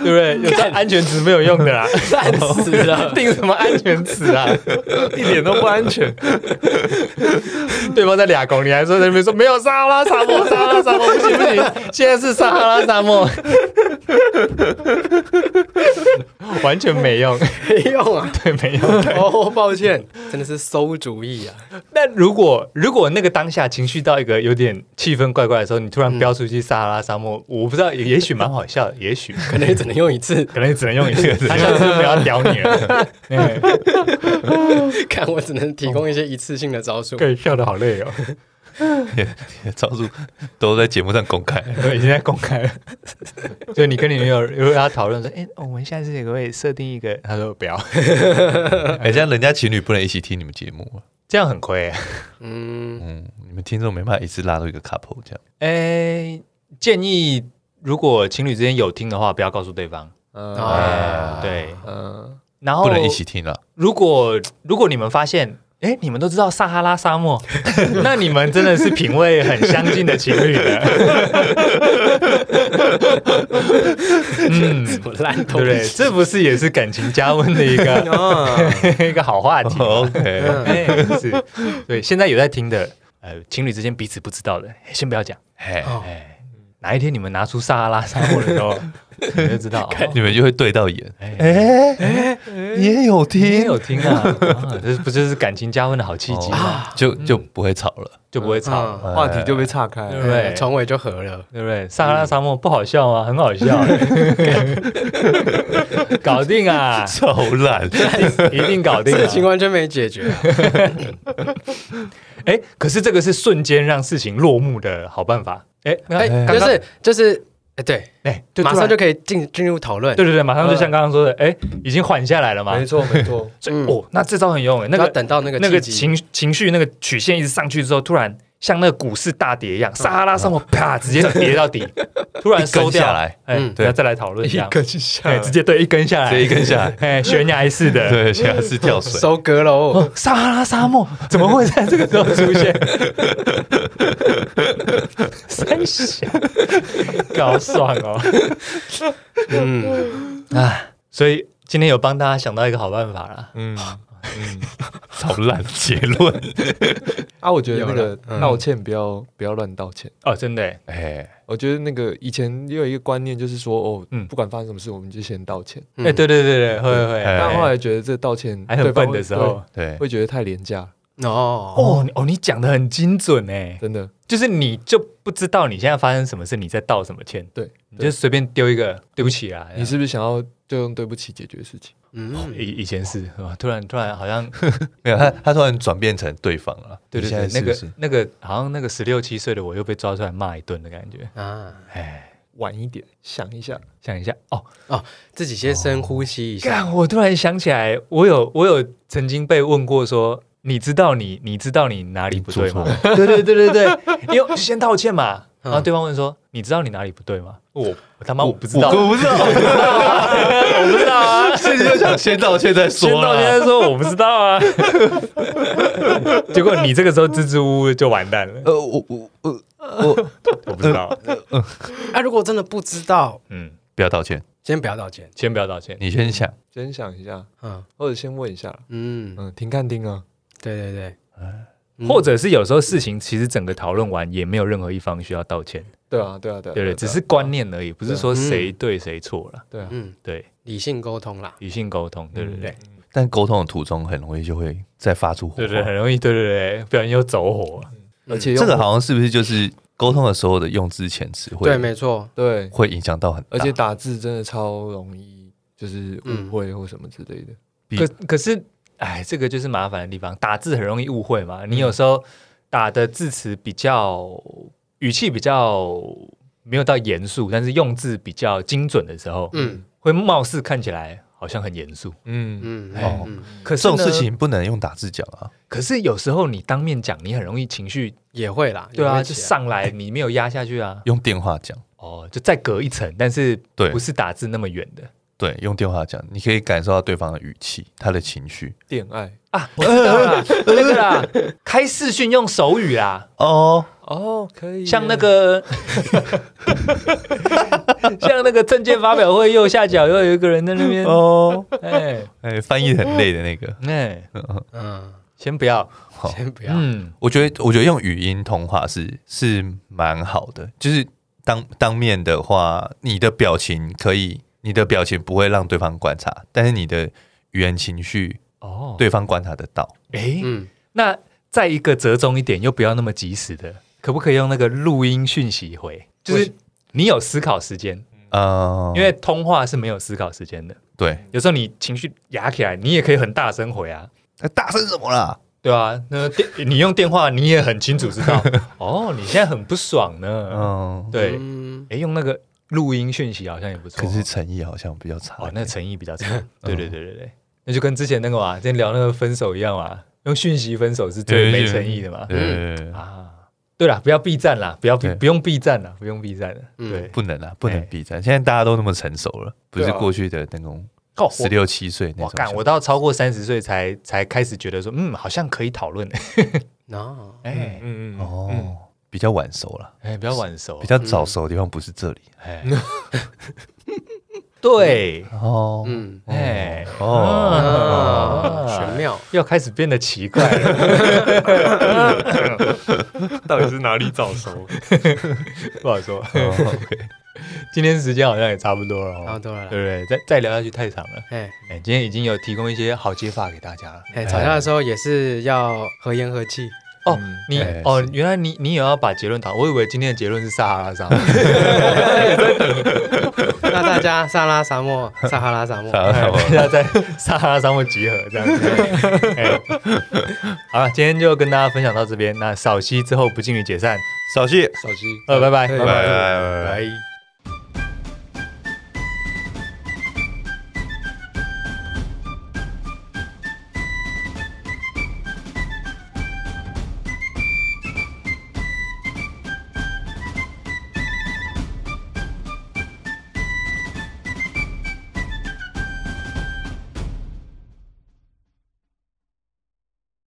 对不对？有这安全词没有用的 啦，烂死了！定什么安全词啊？一点都不安全。对方在俩拱，你还说在那边说没有撒哈拉沙漠，撒哈拉沙漠不行不行，现在是撒哈拉沙 漠，完全没用， 没用啊！对，没用。哦，抱歉，真的是馊主意啊！那如果如果那个当下情绪到一个有点气氛怪怪的时候，你突然飙出去撒哈拉沙漠，我不知道，也也许蛮好笑的，也许可能也只能用一次。 可能也只能用一个字，他下次就不要屌你了。嗯看，我只能提供一些一次性的招数。对，笑的好累哦，招数都在节目上公开。 对已经在公开了。就你跟你女友如果要讨论说，哎、我们下次也可以设定一个，呃他说不要，哎、这样人家情侣不能一起听你们节目啊。这样很亏、嗯，嗯，你们听众没办法一次拉到一个 couple 这样。诶，哎建议如果情侣之间有听的话，不要告诉对方。嗯哦哎啊，对，嗯，然后不能一起听啊了。如果如果你们发现，诶，你们都知道撒哈拉沙 漠，那你们真的是品味很相近的情侣 了。嗯，对我烂不透对？这不是也是感情加温的一 个啊！ 一个好话题吗？哦 OK，哎，是，对，现在有在听的，呃，情侣之间彼此不知道的，哎先不要讲。哎，哦哎，哪一天你们拿出撒哈拉沙漠的时 候，你就知道。哦你们就会对到眼。哎，哎哎，也有你也听有听 啊，啊这不就是感情加温的好契机吗？啊，就就不会吵了。就不会吵了，嗯 话题就被岔开对了不。对对？床尾就合了。对不对？撒哈拉沙漠不好笑嗯吗？很好 笑，搞定啊， 超懒，一定搞定啊事。情完全没解决 啊、哎，可是这个是瞬间让事情落幕的好办法。哎，哎、哎，就刚刚是就是，哎、对，哎，就突马然上就可嗯以进进入讨论，对对对，马上就像刚刚说的，哎，已经缓下来了嘛没。错没错，所以嗯哦，那这招很用哎，那就要个等到那个那个契机情情绪那个曲线一直上去之后，突然像那个股市大跌一样，撒哈拉沙漠啪直接跌到 底，突然收一根掉下来，哎，嗯对，再来讨论一下，根下哎，直接对一根下这一来，根下来， 哎，悬崖式的，对，现 在是跳水。收割 喽。哦，撒哈拉沙漠怎么会在这个时候出 现？三小，搞爽哦！嗯，哎，所以今天有帮大家想到一个好办法啦。嗯嗯。好烂结论。啊，我觉得那有个了嗯道歉不要不要乱道歉。 哦，真的耶，哎，我觉得那个以前也有一个观念，就是说哦嗯，不管发生什么事，我们就先道歉。嗯哎，对对对对，会会会，哎但后来觉得这道歉还很对方笨的时候，对对，会觉得太廉价，哦，哦你哦，你讲的很精准哎，真的。就是你就不知道你现在发生什么事，你在道什么歉，对，你就随便丢一个对不起啊，你是不是想要就用对不起解决事情？嗯，以以前是是吧？突然突然好像没有他，他突然转变成对方了。对对你现对那在，是不个是那个好像那个十六七岁的我又被抓出来骂一顿的感觉，啊，哎。晚一点，想一下，想一下哦，自己先深呼吸一下。干！我突然想起来，我有我有曾经被问过说，你知道你你知道你哪里不对吗 你？对对对对对，因为先道歉嘛。嗯然后对方问说，你知道你哪里不对吗？我我他妈我不知道，我不知道，我不知道 啊。现在就想先道歉 再先说啊道歉了。再说我不知道啊。 结果你这个时候支支吾吾就完蛋了，呃，我我我我 我不知道。啊，如果真的不知道，嗯，不要道歉，先不要道歉。先不要道歉。你先想。先想一下，嗯或者先问一下，嗯，嗯，听看听啊，对对对，嗯或者是有时候事情其实整个讨论完也没有任何一方需要道歉，对啊，对啊，对啊，对不对？啊只是观，念而已，不是说嗯谁对谁错了。对啊对啊，嗯，对，理性沟通啦。理性沟通，对对对，但沟通的途中很容易就会再发出火嗯对花。对，很容易，对对对，不然又走火。而且用这个好像是不是就是沟通的时候的用之前词汇？对，没错。对，会影响到很大。而且打字真的超容易，就是嗯误会或什么之类的。比可可是，哎，这个就是麻嗯烦的地方，打字很容易误会嘛。你有时候打的字词比较语气比较没有到严肃，但是用字比较精准的时候，嗯会貌似看起来好像很严肃。嗯，嗯哦嗯，可是这种呢事，情不能用打字讲啊。可是有时候你当面讲，你很容易情绪，也会啦，对啊，也会就起来上来，你没有压下去啊。用电话讲，哦，就再隔一层，但是对不是打字那么远的对，用电话讲，你可以感受到对方的语气、他的情绪。恋爱啊？我知道 啦，那个啦，开视讯用手语啊啦，哦，哦，可以像那个， 像那个证件发表会右下角又有一个人在那边，哦，哎哎，翻译很累的那个，哎，嗯，先不要，好先不要，嗯，我觉得，我觉得用语音通话是是蛮好的，就是当当面的话，你的表情可以，你的表情不会让对方观察，但是你的语言情绪，哦，对方观察得到。哎，嗯，那再一个折中一点，又不要那么及时的，可不可以用那个录音讯息回？就是哦你有思考时间，呃，嗯因为通话是没有思考时间的。对，有时候你情绪压起来，你也可以很大声回啊，哎大声什么啦？对啊，那电你用电话你也很清楚知道， 哦，你现在很不爽呢。嗯，对，嗯哎，用那个录音讯息好像也不错。可是诚意好像比较差一点。哦，那诚意比较差。对对对对对，那就跟之前那个嘛，之前聊那个分手一样嘛，用讯息分手是最对没对诚意的嘛。呃，啊，对了，不要避战啦，不要避，对不用避战啦，不用避战了。嗯对，不能啊，不能哎避战。现在大家都那么成熟了，不对是啊过去的那种哦十六七岁那我种干，小。我到超过三十岁才才开始觉得说，嗯，好像可以讨论。那哎嗯嗯哦，哦，比较晚熟了，哎，比较晚熟，比较早熟的地方不是这里。哎，对，哦，嗯哎，啊，哦，玄妙，又开始变得奇怪了。 到底是哪里早 熟？不好说。哦今天时间好像也差不多了、哦，差不多了啦对不对？再再聊下去太长了。哎哎，今天已经有提供一些好解法给大家了。哎，吵架的时候也是要和言和气，哦，嗯你哎哦，原来你你也要把结论打，我以为今天的结论是撒哈拉沙漠。那大家撒拉沙漠，撒哈拉沙漠，啥哎 啥大家在撒哈拉沙漠集合这样 子。哎好了，今天就跟大家分享到这边。那少息之后不敬礼解散，少谢，手机呃，拜拜，拜拜拜拜拜拜。